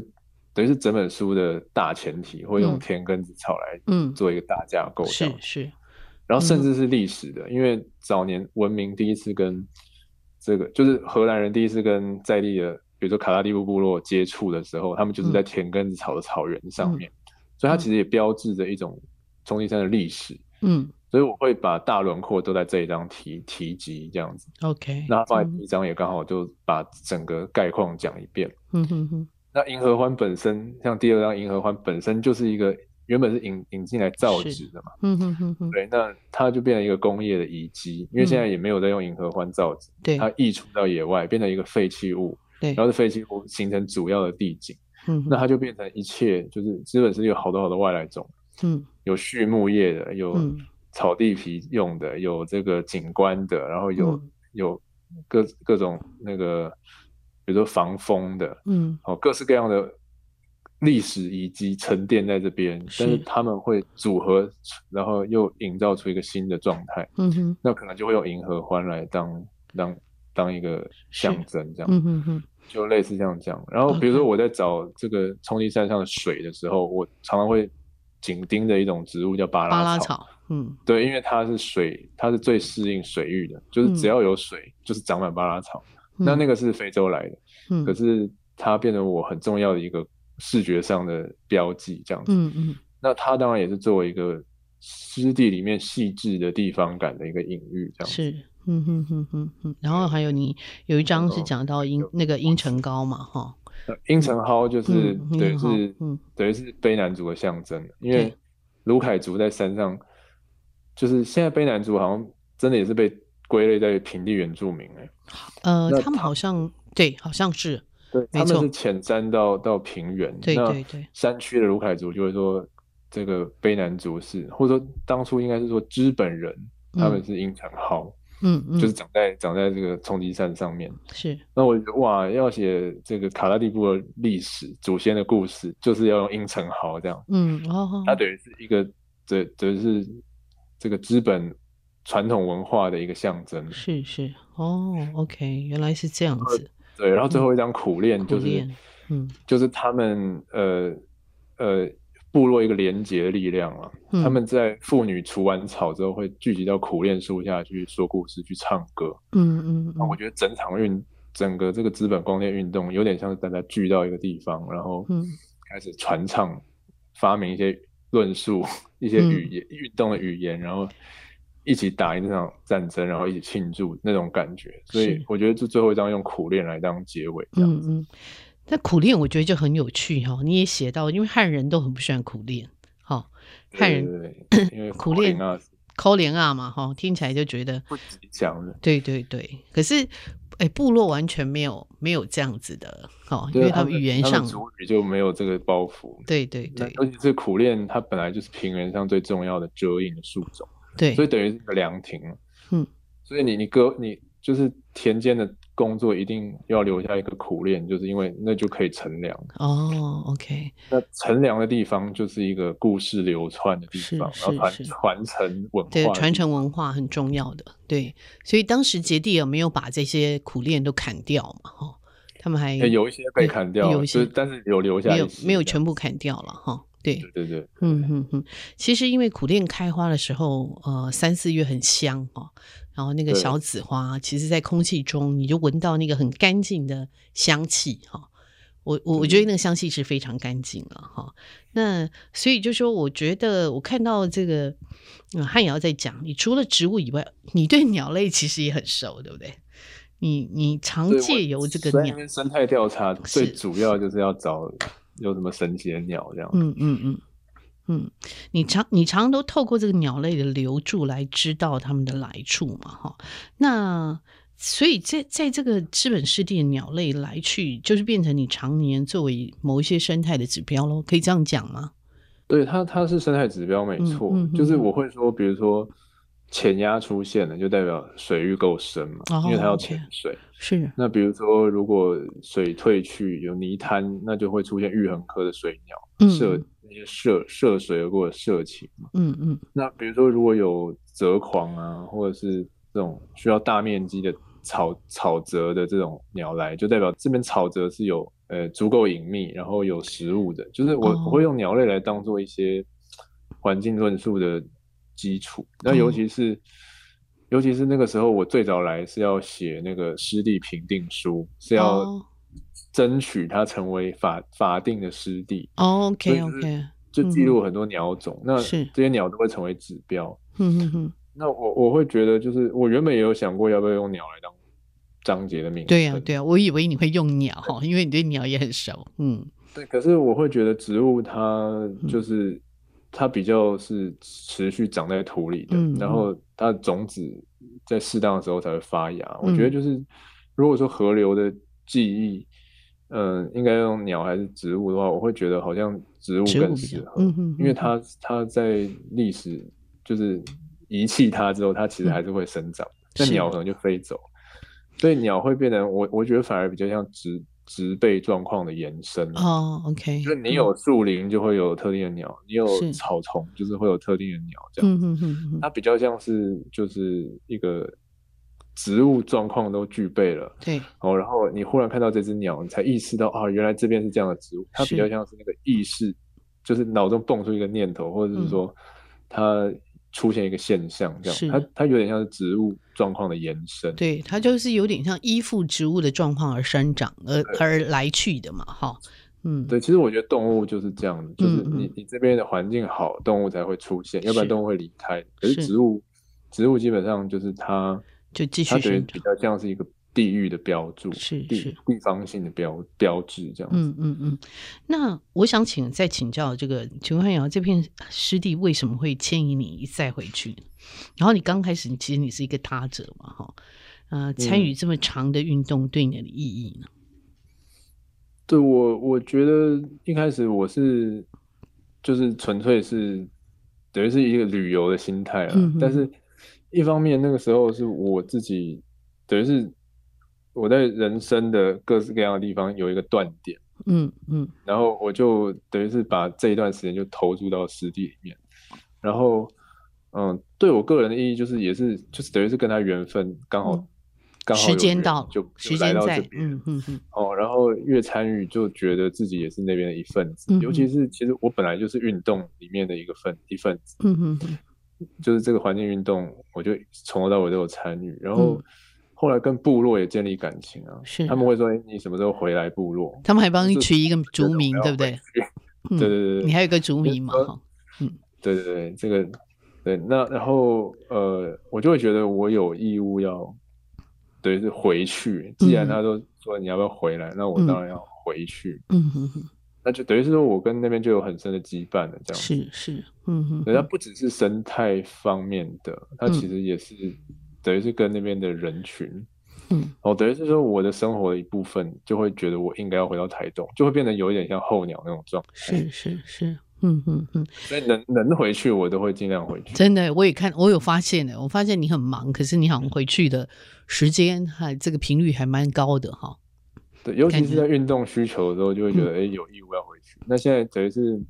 [SPEAKER 2] 等于是整本书的大前提，会用
[SPEAKER 1] 嗯
[SPEAKER 2] 田根子草来
[SPEAKER 1] 嗯，
[SPEAKER 2] 做一个大架构这样
[SPEAKER 1] 是是，
[SPEAKER 2] 然后甚
[SPEAKER 1] 嗯
[SPEAKER 2] 至是历史的，因为早年文明第一次跟这个就是荷兰人第一次跟在地的，比如说卡拉利布部落接触的时候，他们就是在
[SPEAKER 1] 嗯
[SPEAKER 2] 田埂子草的草原上
[SPEAKER 1] 嗯
[SPEAKER 2] 面，所以它其实也标志着一种冲击山的历史。
[SPEAKER 1] 嗯
[SPEAKER 2] 所以我会把大轮廓都在这一章提提及这样子，
[SPEAKER 1] ，OK，
[SPEAKER 2] 那它放在
[SPEAKER 1] 嗯
[SPEAKER 2] 第一章也刚好就把整个概况讲一遍。
[SPEAKER 1] 嗯哼哼，
[SPEAKER 2] 那银河欢本身，像第二章银河欢本身就是一个原本是引引进来造
[SPEAKER 1] 是
[SPEAKER 2] 纸的嘛。
[SPEAKER 1] 嗯哼哼哼，
[SPEAKER 2] 对，那它就变成一个工业的遗迹，因为现在也没有在用银河欢造纸，
[SPEAKER 1] 嗯对，
[SPEAKER 2] 它溢出到野外，变成一个废弃物。
[SPEAKER 1] 对，
[SPEAKER 2] 然后这废弃物形成主要的地景，
[SPEAKER 1] 嗯
[SPEAKER 2] 那它就变成一切就是资本是有好多好多外来种，
[SPEAKER 1] 嗯
[SPEAKER 2] 有畜牧业的，有
[SPEAKER 1] 嗯
[SPEAKER 2] 草地皮用的，有这个景观的，然后有、
[SPEAKER 1] 嗯
[SPEAKER 2] 有各各种那个，比如说防风的，
[SPEAKER 1] 嗯
[SPEAKER 2] 哦，各式各样的历史遗迹沉淀在这边，
[SPEAKER 1] 是
[SPEAKER 2] 但是他们会组合，然后又营造出一个新的状态，
[SPEAKER 1] 嗯哼
[SPEAKER 2] 那可能就会用银河欢来当当当一个象征，这样、
[SPEAKER 1] 嗯哼哼，
[SPEAKER 2] 就类似像这样。然后比如说我在找这个冲积扇上的水的时候，我常常会紧盯着一种植物叫巴
[SPEAKER 1] 巴
[SPEAKER 2] 拉
[SPEAKER 1] 拉草，嗯
[SPEAKER 2] 对，因为它是水，它是最适应水域的，就是
[SPEAKER 1] 嗯
[SPEAKER 2] 只要有水，就是长满巴拉草。那那
[SPEAKER 1] 个
[SPEAKER 2] 个是非洲来的，
[SPEAKER 1] 嗯
[SPEAKER 2] 可是它变成我很重要的一个视觉上的标记，这样子。
[SPEAKER 1] 嗯嗯
[SPEAKER 2] 那它当然也是作为一个湿地里面细致的地方感的一个隐喻，这样子。
[SPEAKER 1] 是。嗯哼哼哼哼，然后还有你有一章是讲到阴那个阴唇膏嘛，哈，
[SPEAKER 2] 呃阴城蒿就是
[SPEAKER 1] 嗯
[SPEAKER 2] 等于
[SPEAKER 1] 阴城蒿
[SPEAKER 2] 是
[SPEAKER 1] 嗯
[SPEAKER 2] 等于是卑南族的象征，因
[SPEAKER 1] 对
[SPEAKER 2] 为卢凯族在山上，就是现在卑南族好像真的也是被归类在平地原住民哎、
[SPEAKER 1] 呃，
[SPEAKER 2] 那
[SPEAKER 1] 他们好像对，好像是，
[SPEAKER 2] 对，
[SPEAKER 1] 没
[SPEAKER 2] 他们
[SPEAKER 1] 错
[SPEAKER 2] 是浅山到到平原，
[SPEAKER 1] 对
[SPEAKER 2] 那
[SPEAKER 1] 对对
[SPEAKER 2] 山区的卢凯族就会说这个卑南族是，或者说当初应该是说知本人，他们是阴城蒿，
[SPEAKER 1] 嗯嗯，
[SPEAKER 2] 就是长在长在这个冲积扇上面。
[SPEAKER 1] 是
[SPEAKER 2] 那我觉得哇，要写这个卡拉蒂布的历史、祖先的故事，就是要用阴城蒿这样，
[SPEAKER 1] 嗯哦，
[SPEAKER 2] 它等于是一个这等于是这个资本传统文化的一个象征。
[SPEAKER 1] 是是哦，OK，原来是这样子，
[SPEAKER 2] 对，然后最后一张苦练
[SPEAKER 1] 嗯苦
[SPEAKER 2] 就是
[SPEAKER 1] 练，嗯
[SPEAKER 2] 就是他们呃呃部落一个连结的力量啊。
[SPEAKER 1] 嗯
[SPEAKER 2] 他们在妇女除完草之后，会聚集到苦练树下去说故事、去唱歌。
[SPEAKER 1] 嗯嗯，
[SPEAKER 2] 那我觉得整场运，整个这个资本光电运动，有点像是大家聚到一个地方，然后
[SPEAKER 1] 嗯
[SPEAKER 2] 开始传唱，发明一些论述、 [LAUGHS] 一
[SPEAKER 1] 嗯
[SPEAKER 2] 些语言、运动的语言，然后一起打赢这场战争，然后一起庆祝那种感觉。所以
[SPEAKER 1] 是
[SPEAKER 2] 我觉得这最后一张用苦练来当结尾，这样
[SPEAKER 1] 嗯嗯，那苦练我觉得就很有趣哈、你也写到，因为汉人都很不喜欢苦练，哈、汉人
[SPEAKER 2] 对对对
[SPEAKER 1] [COUGHS]
[SPEAKER 2] 因为
[SPEAKER 1] 苦练
[SPEAKER 2] 苦练啊
[SPEAKER 1] 抠脸啊嘛，哈、听起来就觉得
[SPEAKER 2] 不吉祥的，
[SPEAKER 1] 对对对，可是哎，部落完全没有没有这样子的，哦，因
[SPEAKER 2] 对啊
[SPEAKER 1] 为
[SPEAKER 2] 他
[SPEAKER 1] 们
[SPEAKER 2] 们
[SPEAKER 1] 语言
[SPEAKER 2] 他
[SPEAKER 1] 上
[SPEAKER 2] 们，族语就没有这个包袱。
[SPEAKER 1] 对对
[SPEAKER 2] 那
[SPEAKER 1] 对
[SPEAKER 2] 尤其是苦练，它本来就是平原上最重要的遮荫的树种，所以
[SPEAKER 1] 对，
[SPEAKER 2] 等于是一个凉亭。
[SPEAKER 1] 嗯，
[SPEAKER 2] 所以你你割你就是田间的工作一定要留下一个苦练，就是因为那就可以乘凉。
[SPEAKER 1] 哦，OK，
[SPEAKER 2] 那乘凉的地方就是一个故事流窜的地方，
[SPEAKER 1] 是
[SPEAKER 2] 然后传
[SPEAKER 1] 是是
[SPEAKER 2] 传承文化的地
[SPEAKER 1] 对，
[SPEAKER 2] 方，
[SPEAKER 1] 传承文化很重要的，对，所以当时杰地尔没有把这些苦练都砍掉嘛，哈、他们还
[SPEAKER 2] 诶哎有一些被砍掉了，
[SPEAKER 1] 嗯有一些
[SPEAKER 2] 就是但是有留下
[SPEAKER 1] 没
[SPEAKER 2] 一
[SPEAKER 1] 有
[SPEAKER 2] 些
[SPEAKER 1] 没有
[SPEAKER 2] 这样
[SPEAKER 1] 全部砍掉了，哈、对，
[SPEAKER 2] 对对对，
[SPEAKER 1] 嗯哼哼，其实因为苦楝开花的时候，呃，三四月很香哦，然后那个
[SPEAKER 2] 对
[SPEAKER 1] 小紫花，其实在空气中你就闻到那个很干净的香气哈、我我我觉
[SPEAKER 2] 嗯
[SPEAKER 1] 得那个香气是非常干净了哈、那所以就说，我觉得我看到这个、呃、汉瑶在讲，你除了植物以外，你对鸟类其实也很熟，对不对？你你常
[SPEAKER 2] 对我
[SPEAKER 1] 借由这
[SPEAKER 2] 虽
[SPEAKER 1] 个
[SPEAKER 2] 然
[SPEAKER 1] 鸟
[SPEAKER 2] 因，为生态调查最
[SPEAKER 1] 是
[SPEAKER 2] 主要就是要找有什么神奇的鸟这样。
[SPEAKER 1] 嗯嗯嗯嗯，你常你常常都透过这个鸟类的流注来知道它们的来处嘛，哈。那所以在在这个资本湿地的鸟类来去，就是变成你常年作为某一些生态的指标喽，可以这样讲吗？
[SPEAKER 2] 对它，它是生态指标没错，
[SPEAKER 1] 嗯嗯
[SPEAKER 2] 就是
[SPEAKER 1] 嗯
[SPEAKER 2] 我会说，比如说潜压出现了，就代表水域够深嘛，
[SPEAKER 1] 哦
[SPEAKER 2] 因为它要
[SPEAKER 1] OK
[SPEAKER 2] 潜水。
[SPEAKER 1] 是，
[SPEAKER 2] 那比如说，如果水退去有泥滩，那就会出现玉衡科的水鸟
[SPEAKER 1] 嗯
[SPEAKER 2] 涉那些涉涉水而过的涉禽嘛。
[SPEAKER 1] 嗯嗯
[SPEAKER 2] 那比如说，如果有蛰狂啊，或者是这种需要大面积的草草蛰的这种鸟来，就代表这边草蛰是有呃足够隐秘，然后有食物的。就是我、
[SPEAKER 1] 哦
[SPEAKER 2] 我会用鸟类来当做一些环境论述的基础。那
[SPEAKER 1] 嗯
[SPEAKER 2] 尤其是、尤其是那个时候，我最早来是要写那个湿地评定书，是要
[SPEAKER 1] 哦
[SPEAKER 2] 争取它成为法法定的湿地。所以
[SPEAKER 1] 哦，OK
[SPEAKER 2] 就是
[SPEAKER 1] OK，
[SPEAKER 2] 就记录很多鸟种，那
[SPEAKER 1] 嗯是
[SPEAKER 2] 这些鸟都会成为指标。
[SPEAKER 1] 嗯哼哼，
[SPEAKER 2] 那我我会觉得，就是我原本也有想过要不要用鸟来当章节的名称，
[SPEAKER 1] 对呀、对呀、啊我以为你会用鸟哈，因为你对鸟也很熟，嗯
[SPEAKER 2] 对可是我会觉得植物它就是、它比较是持续长在土里的，
[SPEAKER 1] 嗯
[SPEAKER 2] 然后它的种子在适当的时候才会发芽。
[SPEAKER 1] 嗯
[SPEAKER 2] 我觉得就是如果说河流的记忆，嗯、应该用鸟还是植物的话，我会觉得好像植物
[SPEAKER 1] 植物
[SPEAKER 2] 更
[SPEAKER 1] 比较
[SPEAKER 2] 适合，
[SPEAKER 1] 嗯哼
[SPEAKER 2] 因为
[SPEAKER 1] 嗯
[SPEAKER 2] 它它在历史就是遗弃它之后，它其实还是会生长，那、
[SPEAKER 1] 嗯是
[SPEAKER 2] 鸟可能就飞走，所以鸟会变成我我觉得反而比较像植植被状况的延伸。
[SPEAKER 1] 哦，OK，
[SPEAKER 2] 就是你有树林就会有特定的鸟，你有
[SPEAKER 1] 是
[SPEAKER 2] 草丛就是会有特定的鸟这样。
[SPEAKER 1] 嗯嗯嗯嗯，
[SPEAKER 2] 它比较像是就是一个植物状况都具备了
[SPEAKER 1] 对，
[SPEAKER 2] 哦，然后你忽然看到这只鸟，你才意识到啊，原来这边是这样的植物。它
[SPEAKER 1] 是
[SPEAKER 2] 比较像是那个意识，就是脑中蹦出一个念头，或者
[SPEAKER 1] 嗯
[SPEAKER 2] 是说它出现一个现象这
[SPEAKER 1] 是
[SPEAKER 2] 样。它它有点像是植物状况的延伸。
[SPEAKER 1] 对，它就是有点像依附植物的状况而生长，而而来去的嘛，哈，嗯，
[SPEAKER 2] 对，其实我觉得动物就是这样的，就是
[SPEAKER 1] 嗯嗯
[SPEAKER 2] 你你这边的环境好，动物才会出现，要不
[SPEAKER 1] 是
[SPEAKER 2] 然动物会离开。可是
[SPEAKER 1] 是
[SPEAKER 2] 植物，植物基本上就是它，
[SPEAKER 1] 就继
[SPEAKER 2] 它
[SPEAKER 1] 续
[SPEAKER 2] 等于
[SPEAKER 1] 生
[SPEAKER 2] 比
[SPEAKER 1] 长，
[SPEAKER 2] 较像是一个地域的标注，
[SPEAKER 1] 是是
[SPEAKER 2] 地地方性的标标志这样子。
[SPEAKER 1] 嗯嗯嗯。那我想请再请教这个，请问汉瑶这片湿地为什么会牵引你一再回去？然后你刚开始其实你是一个他者嘛，哈，啊，参
[SPEAKER 2] 嗯
[SPEAKER 1] 与这么长的运动对你的意义呢？
[SPEAKER 2] 对我，我觉得一开始我是就是纯粹是等于是一个旅游的心态啦，
[SPEAKER 1] 嗯哼
[SPEAKER 2] 但是一方面那个时候是我自己等于是我在人生的各式各样的地方有一个断点。
[SPEAKER 1] 嗯嗯
[SPEAKER 2] 然后我就等于是把这一段时间就投入到实地里面，然后，嗯，对我个人的意义就是也是就是等于是跟他缘分刚好、
[SPEAKER 1] 嗯
[SPEAKER 2] 刚好
[SPEAKER 1] 时
[SPEAKER 2] 有
[SPEAKER 1] 间
[SPEAKER 2] 缘
[SPEAKER 1] 到了
[SPEAKER 2] 就，
[SPEAKER 1] 时
[SPEAKER 2] 就来
[SPEAKER 1] 间
[SPEAKER 2] 到
[SPEAKER 1] 在
[SPEAKER 2] 这，边、
[SPEAKER 1] 嗯嗯嗯，
[SPEAKER 2] 哦，然后越参与就觉得自己也是那边的一份子，
[SPEAKER 1] 嗯
[SPEAKER 2] 尤其是其实我本来就是运动里面的一个分一份子，
[SPEAKER 1] 嗯哼哼，
[SPEAKER 2] 就是这个环境运动，我就从头到尾都有参与，然后
[SPEAKER 1] 嗯
[SPEAKER 2] 后来跟部落也建立感情啊，
[SPEAKER 1] 是
[SPEAKER 2] 他们会说、哎你什么时候回来部落？
[SPEAKER 1] 他们还帮你
[SPEAKER 2] 就是
[SPEAKER 1] 取一个
[SPEAKER 2] 觉得
[SPEAKER 1] 族
[SPEAKER 2] 我
[SPEAKER 1] 名，
[SPEAKER 2] 要
[SPEAKER 1] 对不对
[SPEAKER 2] 回？去？
[SPEAKER 1] 嗯
[SPEAKER 2] 对对对对，呃
[SPEAKER 1] 你还有一个族
[SPEAKER 2] 就是
[SPEAKER 1] 名嘛，
[SPEAKER 2] 说
[SPEAKER 1] 哈，
[SPEAKER 2] 对对对，这个对，那然后呃，我就会觉得我有义务要，对，是回去。既然
[SPEAKER 1] 嗯
[SPEAKER 2] 他都说你要不要回来，那我
[SPEAKER 1] 嗯
[SPEAKER 2] 当然要回去。
[SPEAKER 1] 嗯哼哼，
[SPEAKER 2] 那就等于是说我跟那边就有很深的羁绊了，这样子。
[SPEAKER 1] 是是，嗯哼
[SPEAKER 2] 对，它
[SPEAKER 1] 哼，
[SPEAKER 2] 不只是生态方面的，它
[SPEAKER 1] 嗯
[SPEAKER 2] 其实也是等于是跟那边的人群，
[SPEAKER 1] 嗯，
[SPEAKER 2] 哦，等于是说我的生活的一部分，就会觉得我应该要回到台东，就会变得有一点像候鸟那种状态。
[SPEAKER 1] 是是是，嗯哼哼。
[SPEAKER 2] 所以能能回去，我都会尽量回去。
[SPEAKER 1] 真的，我也看，我有发现的。我发现你很忙，可是你好像回去的时间还这个频率还蛮高的哈。
[SPEAKER 2] 对，尤
[SPEAKER 1] 感
[SPEAKER 2] 其是
[SPEAKER 1] 觉嗯
[SPEAKER 2] 在运动需求的时候，就会觉得哎、诶有义务要回去。那现在等于是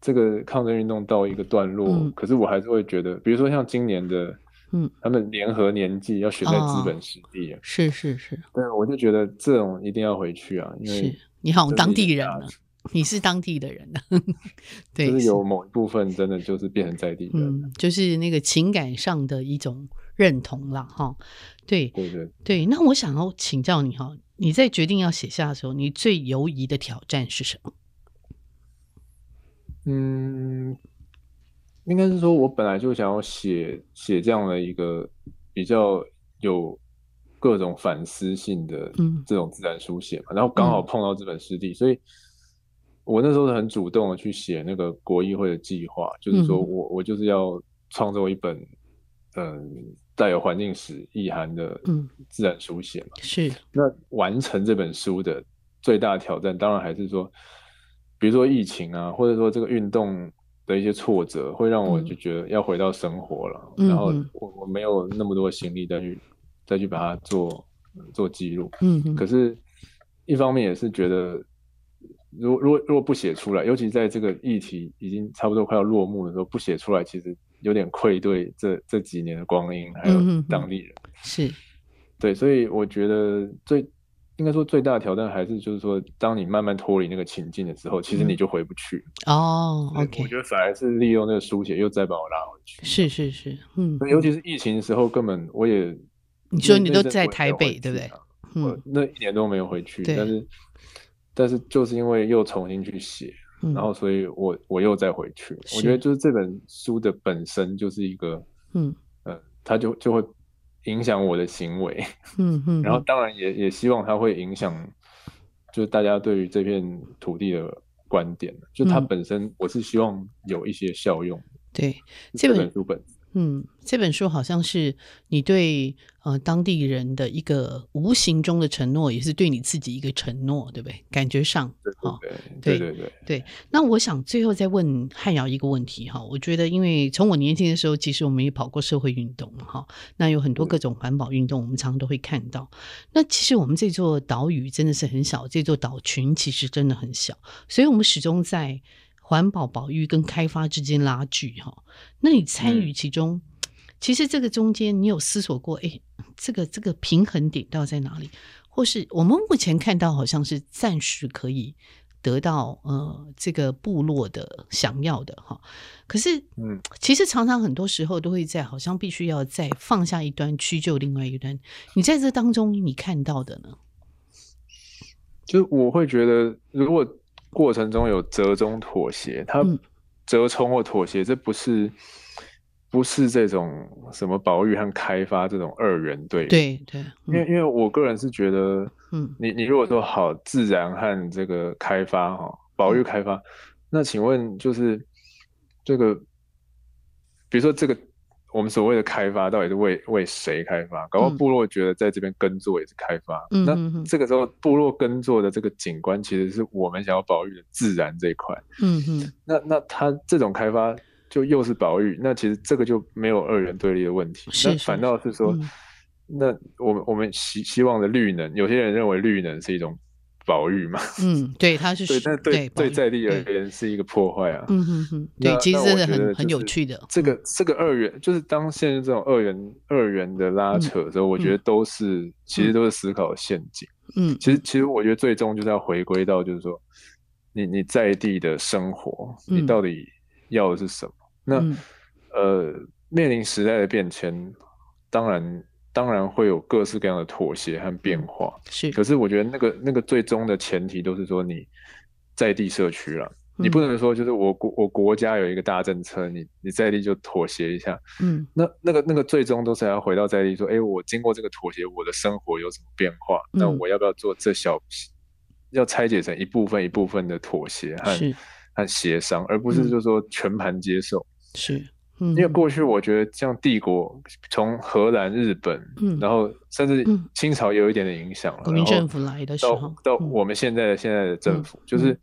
[SPEAKER 2] 这个抗争运动到一个段落，
[SPEAKER 1] 嗯
[SPEAKER 2] 可是我还是会觉得，比如说像今年的，
[SPEAKER 1] 嗯，哦
[SPEAKER 2] 他们联合年纪要选在资本湿地，啊、
[SPEAKER 1] 是是是
[SPEAKER 2] 但我就觉得这种一定要回去啊，因为
[SPEAKER 1] 是，你好像
[SPEAKER 2] 这是
[SPEAKER 1] 当
[SPEAKER 2] 一
[SPEAKER 1] 地
[SPEAKER 2] 个
[SPEAKER 1] 人
[SPEAKER 2] 大
[SPEAKER 1] 了，你是当地的人了， [LAUGHS] 对，
[SPEAKER 2] 就是有某一部分真的就是变成在地人了。
[SPEAKER 1] 嗯，就是那个情感上的一种认同啦哈。对
[SPEAKER 2] 对对，
[SPEAKER 1] 对，那我想要请教你哈，你在决定要写下的时候，你最犹疑的挑战是什么？
[SPEAKER 2] 嗯，应该是说我本来就想要写写这样的一个比较有各种反思性的
[SPEAKER 1] 嗯
[SPEAKER 2] 这种自然书写嘛，然后刚好碰到这本湿地，所以我那时候是很主动的去写那个国议会的计划，就是说
[SPEAKER 1] 嗯
[SPEAKER 2] 我我就是要创作一本嗯带有环境史意涵的
[SPEAKER 1] 嗯
[SPEAKER 2] 自然书写嘛。
[SPEAKER 1] 是
[SPEAKER 2] 那完成这本书的最大挑战，当然还是说，比如说疫情啊，或者说这个运动的一些挫折，会让我
[SPEAKER 1] 嗯
[SPEAKER 2] 就觉得要回到生活了。
[SPEAKER 1] 嗯
[SPEAKER 2] 然后
[SPEAKER 1] 嗯
[SPEAKER 2] 我我没有那么多心力再去再去把它做做记录。
[SPEAKER 1] 嗯嗯
[SPEAKER 2] 可是，一方面也是觉得，如果如果如果不写出来，尤其在这个议题已经差不多快要落幕的时候，不写出来，其实有点愧对这这几年的光阴，还有
[SPEAKER 1] 嗯哼哼
[SPEAKER 2] 当地人。
[SPEAKER 1] 是
[SPEAKER 2] 对，所以我觉得最应该说最大的挑战还是就是说，当你慢慢脱离那个情境的时候，其实你就回不去。
[SPEAKER 1] 哦
[SPEAKER 2] 所以
[SPEAKER 1] 嗯，OK，
[SPEAKER 2] 我觉得反而是利用那个书写，又再把我拉回去。
[SPEAKER 1] 是是是，嗯，
[SPEAKER 2] 尤其是疫情的时候，根本我也
[SPEAKER 1] 你说你
[SPEAKER 2] 那
[SPEAKER 1] 都
[SPEAKER 2] 那阵子
[SPEAKER 1] 在
[SPEAKER 2] 我也没
[SPEAKER 1] 台
[SPEAKER 2] 有回
[SPEAKER 1] 北对不
[SPEAKER 2] 去
[SPEAKER 1] 对
[SPEAKER 2] 啊我
[SPEAKER 1] 嗯
[SPEAKER 2] 那一年都没有回去，
[SPEAKER 1] 对
[SPEAKER 2] 但是但是就是因为又重新去写，
[SPEAKER 1] 嗯，
[SPEAKER 2] 然后所以我我又再回去。我觉
[SPEAKER 1] 是
[SPEAKER 2] 得就是这本书的本身就是一个，
[SPEAKER 1] 嗯
[SPEAKER 2] 呃，它就就会影响我的行为。
[SPEAKER 1] 嗯嗯，
[SPEAKER 2] 然后当然也也希望它会影响，就是大家对于这片土地的观点，就它
[SPEAKER 1] 嗯
[SPEAKER 2] 本身我是希望有一些效用。
[SPEAKER 1] 对
[SPEAKER 2] 是
[SPEAKER 1] 这
[SPEAKER 2] 嗯这
[SPEAKER 1] 本
[SPEAKER 2] 本书本，
[SPEAKER 1] 嗯，这本书好像是你对呃当地人的一个无形中的承诺，也是对你自己一个承诺，对不对？感觉上，哦，
[SPEAKER 2] 对对对对
[SPEAKER 1] 对。那我想最后再问汉瑶一个问题哈，我觉得因为从我年轻的时候，其实我们也跑过社会运动嘛哈，那有很多各种环保运动，我们常常都会看到。那其实我们这座岛屿真的是很小，这座岛群其实真的很小，所以我们始终在。环保保育跟开发之间拉锯哈，那你参与其中，嗯、其实这个中间你有思索过，哎，这个这个平衡点到底在哪里？或是我们目前看到好像是暂时可以得到呃这个部落的想要的哈，可是嗯，其实常常很多时候都会在好像必须要再放下一端屈就另外一端，你在这当中你看到的呢？
[SPEAKER 2] 就是我会觉得如果。过程中有折中妥协，它
[SPEAKER 1] 嗯
[SPEAKER 2] 折冲或妥协，这不是不是这种什么保育和开发这种二元对立。
[SPEAKER 1] 对对，嗯
[SPEAKER 2] 因为因为我个人是觉得，嗯，你你如果说好自然和这个开发哈，保育开发，那请问就是这个，比如说这个我们所谓的开发，到底是为为谁开发？搞到部落觉得在这边耕作也是开发，嗯、那这个时候部落耕作的这个景观，其实是我们想要保育的自然这一块。
[SPEAKER 1] 嗯嗯，
[SPEAKER 2] 那那它这种开发就又是保育，那其实这个就没有二元对立的问题，
[SPEAKER 1] 是是
[SPEAKER 2] 那反倒是说，
[SPEAKER 1] 嗯、
[SPEAKER 2] 那我们我们希希望的绿能，有些人认为绿能是一种。保育嘛，
[SPEAKER 1] 嗯，对，它是
[SPEAKER 2] 对，但对
[SPEAKER 1] 对
[SPEAKER 2] 在地而言是一个破坏啊，
[SPEAKER 1] 嗯哼哼，对，其实真的很很有趣的。
[SPEAKER 2] 这个这个二元，就是当现在这种二元二元的
[SPEAKER 1] 嗯
[SPEAKER 2] 拉扯的时候，我觉得都是其实都是思考陷阱。
[SPEAKER 1] 嗯，
[SPEAKER 2] 其实其实我觉得最终就是要回归到，就是说你你在地的生活，
[SPEAKER 1] 嗯
[SPEAKER 2] 你到底要的是什么？那呃，面临时代的变迁，当然。当然会有各式各样的妥协和变化，
[SPEAKER 1] 是。
[SPEAKER 2] 可是我觉得那个那个最终的前提都是说你在地社区了，嗯、你不能说就是我国我国家有一个大政策，你你在地就妥协一下，
[SPEAKER 1] 嗯，
[SPEAKER 2] 那那个那个最终都是要回到在地说，哎，我经过这个妥协，我的生活有什么变化？
[SPEAKER 1] 嗯、
[SPEAKER 2] 那我要不要做这小，要拆解成一部分一部分的妥
[SPEAKER 1] 嗯
[SPEAKER 2] 协和和协商，而不是就说全盘接受，
[SPEAKER 1] 嗯、是。
[SPEAKER 2] 因为过去我觉得像帝国，从荷兰、日本，
[SPEAKER 1] 嗯、
[SPEAKER 2] 然后甚至清朝也有一点的影响了。
[SPEAKER 1] 国民政府来的时候，嗯
[SPEAKER 2] 到到我们现在的现在的政府，嗯、就是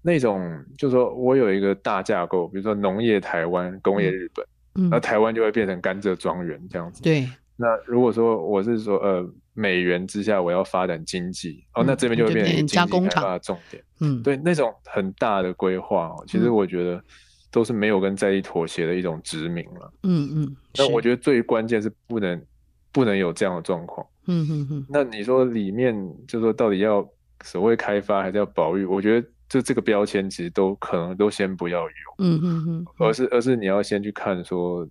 [SPEAKER 2] 那种，就是说我有一个大架构，比如说农业台湾、工业日本，
[SPEAKER 1] 嗯、
[SPEAKER 2] 那台湾就会变成甘蔗庄园这样子。
[SPEAKER 1] 对。
[SPEAKER 2] 那如果说我是说呃美元之下我要发展经济，哦，
[SPEAKER 1] 嗯
[SPEAKER 2] 那这边就会变成
[SPEAKER 1] 加工
[SPEAKER 2] 厂的重点。
[SPEAKER 1] 嗯，
[SPEAKER 2] 对，那种很大的规划哦，其实我觉得。都是没有跟在地妥协的一种殖民了、
[SPEAKER 1] 嗯。嗯嗯。
[SPEAKER 2] 那我觉得最关键是不能不能有这样的状况。
[SPEAKER 1] 嗯嗯嗯。
[SPEAKER 2] 那你说里面就说到底要所谓开发还是要保育？我觉得就这个标签其实都可能都先不要有。
[SPEAKER 1] 嗯嗯嗯。
[SPEAKER 2] 而是而是你要先去看说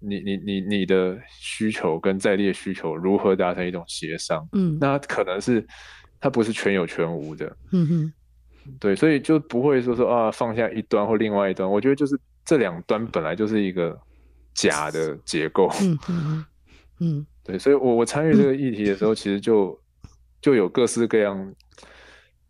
[SPEAKER 2] 你，你你你你的需求跟在地的需求如何达成一种协商。
[SPEAKER 1] 嗯。
[SPEAKER 2] 那可能是它不是全有全无的。
[SPEAKER 1] 嗯哼。
[SPEAKER 2] 对，所以就不会说说啊，放下一端或另外一端。我觉得就是这两端本来就是一个假的结构。
[SPEAKER 1] 嗯嗯嗯，
[SPEAKER 2] 对，所以我我参与这个议题的时候，其实就就有各式各样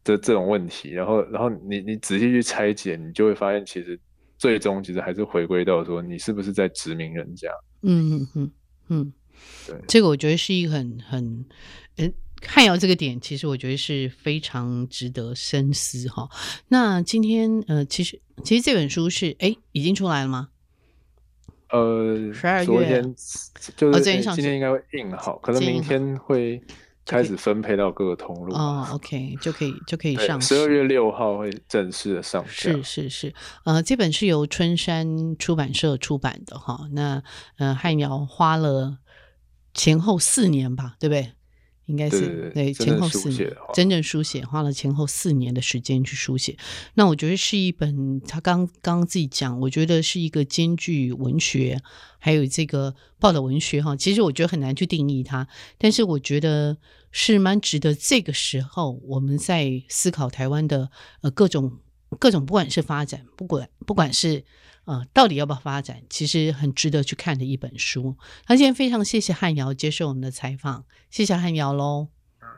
[SPEAKER 2] 的这种问题。然后，然后你你仔细去拆解，你就会发现，其实最终其实还是回归到说，你是不是在殖民人家？
[SPEAKER 1] 嗯嗯嗯嗯，
[SPEAKER 2] 对，
[SPEAKER 1] 这个我觉得是一个很很嗯。汉瑶这个点，其实我觉得是非常值得深思哈。那今天呃，其实其实这本书是哎已经出来了吗？
[SPEAKER 2] 呃，
[SPEAKER 1] 十二
[SPEAKER 2] 昨
[SPEAKER 1] 月
[SPEAKER 2] 天 [LAUGHS] 就是、
[SPEAKER 1] 哦、昨天上
[SPEAKER 2] 今天应该会印好，可能明天会开始分配到各个通路。
[SPEAKER 1] 哦，OK，就可以就可以上。
[SPEAKER 2] 十二月六号会正式的上
[SPEAKER 1] 市。是是是，呃，这本是由春山出版社出版的哈。那呃，汉瑶花了前后四年吧，对不对？应该是
[SPEAKER 2] 对
[SPEAKER 1] 前后四年，真正书写花了前后四年的时间去书写。那我觉得是一本，他刚刚自己讲，我觉得是一个兼具文学还有这个报道文学哈。其实我觉得很难去定义它，但是我觉得是蛮值得这个时候我们在思考台湾的呃各种各种，不管是发展，不管不管是。呃，到底要不要发展，其实很值得去看的一本书。那今天非常谢谢汉瑶接受我们的采访，谢谢汉瑶喽。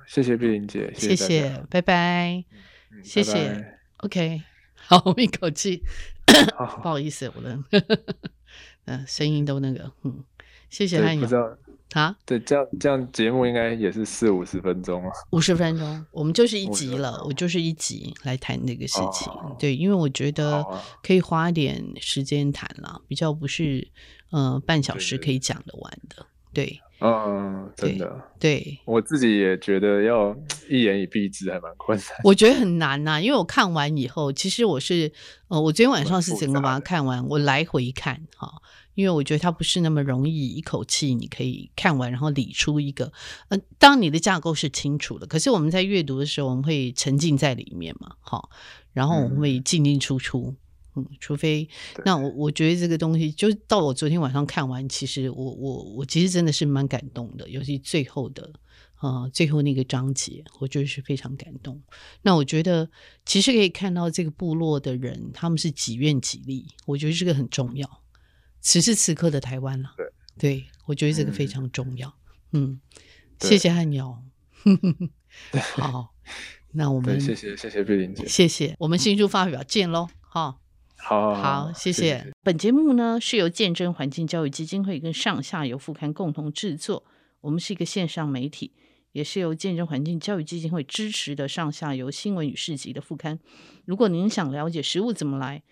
[SPEAKER 2] 谢谢碧玲姐，
[SPEAKER 1] 谢
[SPEAKER 2] 谢，
[SPEAKER 1] 拜拜，
[SPEAKER 2] 嗯、
[SPEAKER 1] 谢谢。
[SPEAKER 2] 拜拜
[SPEAKER 1] [LAUGHS] OK，好，我一口气， [LAUGHS]
[SPEAKER 2] 好
[SPEAKER 1] 不好意思，我的嗯、声音都那个，嗯，谢谢
[SPEAKER 2] 对，
[SPEAKER 1] 汉
[SPEAKER 2] 不
[SPEAKER 1] 友
[SPEAKER 2] 知道，
[SPEAKER 1] 啊，
[SPEAKER 2] 对，这样这样节目应该也是四五十分钟了。
[SPEAKER 1] 五十分钟，我们就是一
[SPEAKER 2] 50
[SPEAKER 1] 集
[SPEAKER 2] 分
[SPEAKER 1] 了，我就是一集来谈这个事情。
[SPEAKER 2] 哦
[SPEAKER 1] 对，因为我觉得
[SPEAKER 2] 好啊
[SPEAKER 1] 可以花一点时间谈啦，比较不是呃半小
[SPEAKER 2] 对
[SPEAKER 1] 时
[SPEAKER 2] 对
[SPEAKER 1] 可以讲得完的。对
[SPEAKER 2] 嗯，真
[SPEAKER 1] 对
[SPEAKER 2] 的，
[SPEAKER 1] 对，
[SPEAKER 2] 我自己也觉得要一言以蔽之还蛮困难。
[SPEAKER 1] 我觉得很难呐、因为我看完以后，其实我是呃，我昨天晚上是
[SPEAKER 2] 蛮复
[SPEAKER 1] 整个把它
[SPEAKER 2] 杂的
[SPEAKER 1] 看完，我来回看哈、因为我觉得它不是那么容易一口气你可以看完，然后理出一个呃，当你的架构是清楚的，可是我们在阅读的时候，我们会沉浸在里面嘛，哈、然后我们
[SPEAKER 2] 嗯
[SPEAKER 1] 会进进出出。嗯，除非
[SPEAKER 2] 对
[SPEAKER 1] 那我我觉得这个东西，就是到我昨天晚上看完，其实我我我其实真的是蛮感动的，尤其最后的呃最后那个章节，我觉得是非常感动。那我觉得其实可以看到这个部落的人，他们是几愿几力，我觉得这个很重要。此时此刻的台湾了、
[SPEAKER 2] 对
[SPEAKER 1] 对，我觉得这个非
[SPEAKER 2] 嗯
[SPEAKER 1] 常重要。嗯，
[SPEAKER 2] 对
[SPEAKER 1] 谢谢汉
[SPEAKER 2] [LAUGHS]
[SPEAKER 1] 瑶。好，那我
[SPEAKER 2] 对，
[SPEAKER 1] 们
[SPEAKER 2] 谢谢谢谢碧玲姐，
[SPEAKER 1] 谢谢，我们新书发表见喽，哈、
[SPEAKER 2] 好
[SPEAKER 1] 好，哦谢
[SPEAKER 2] 谢
[SPEAKER 1] 谢。本节目呢是由见证环境教育基金会跟上下游副刊共同制作，我们是一个线上媒体，也是由见证环境教育基金会支持的上下游新闻与市集的副刊。如果您想了解食物怎么来，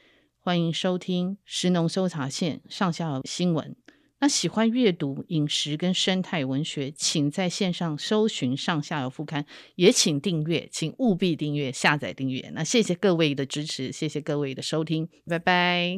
[SPEAKER 1] 欢迎收听《食农搜查线》上下游新闻。那喜欢阅读饮食跟生态文学，请在线上搜寻上下游副刊，也请订阅，请务必订阅、下载订阅。那谢谢各位的支持，谢谢各位的收听，拜拜。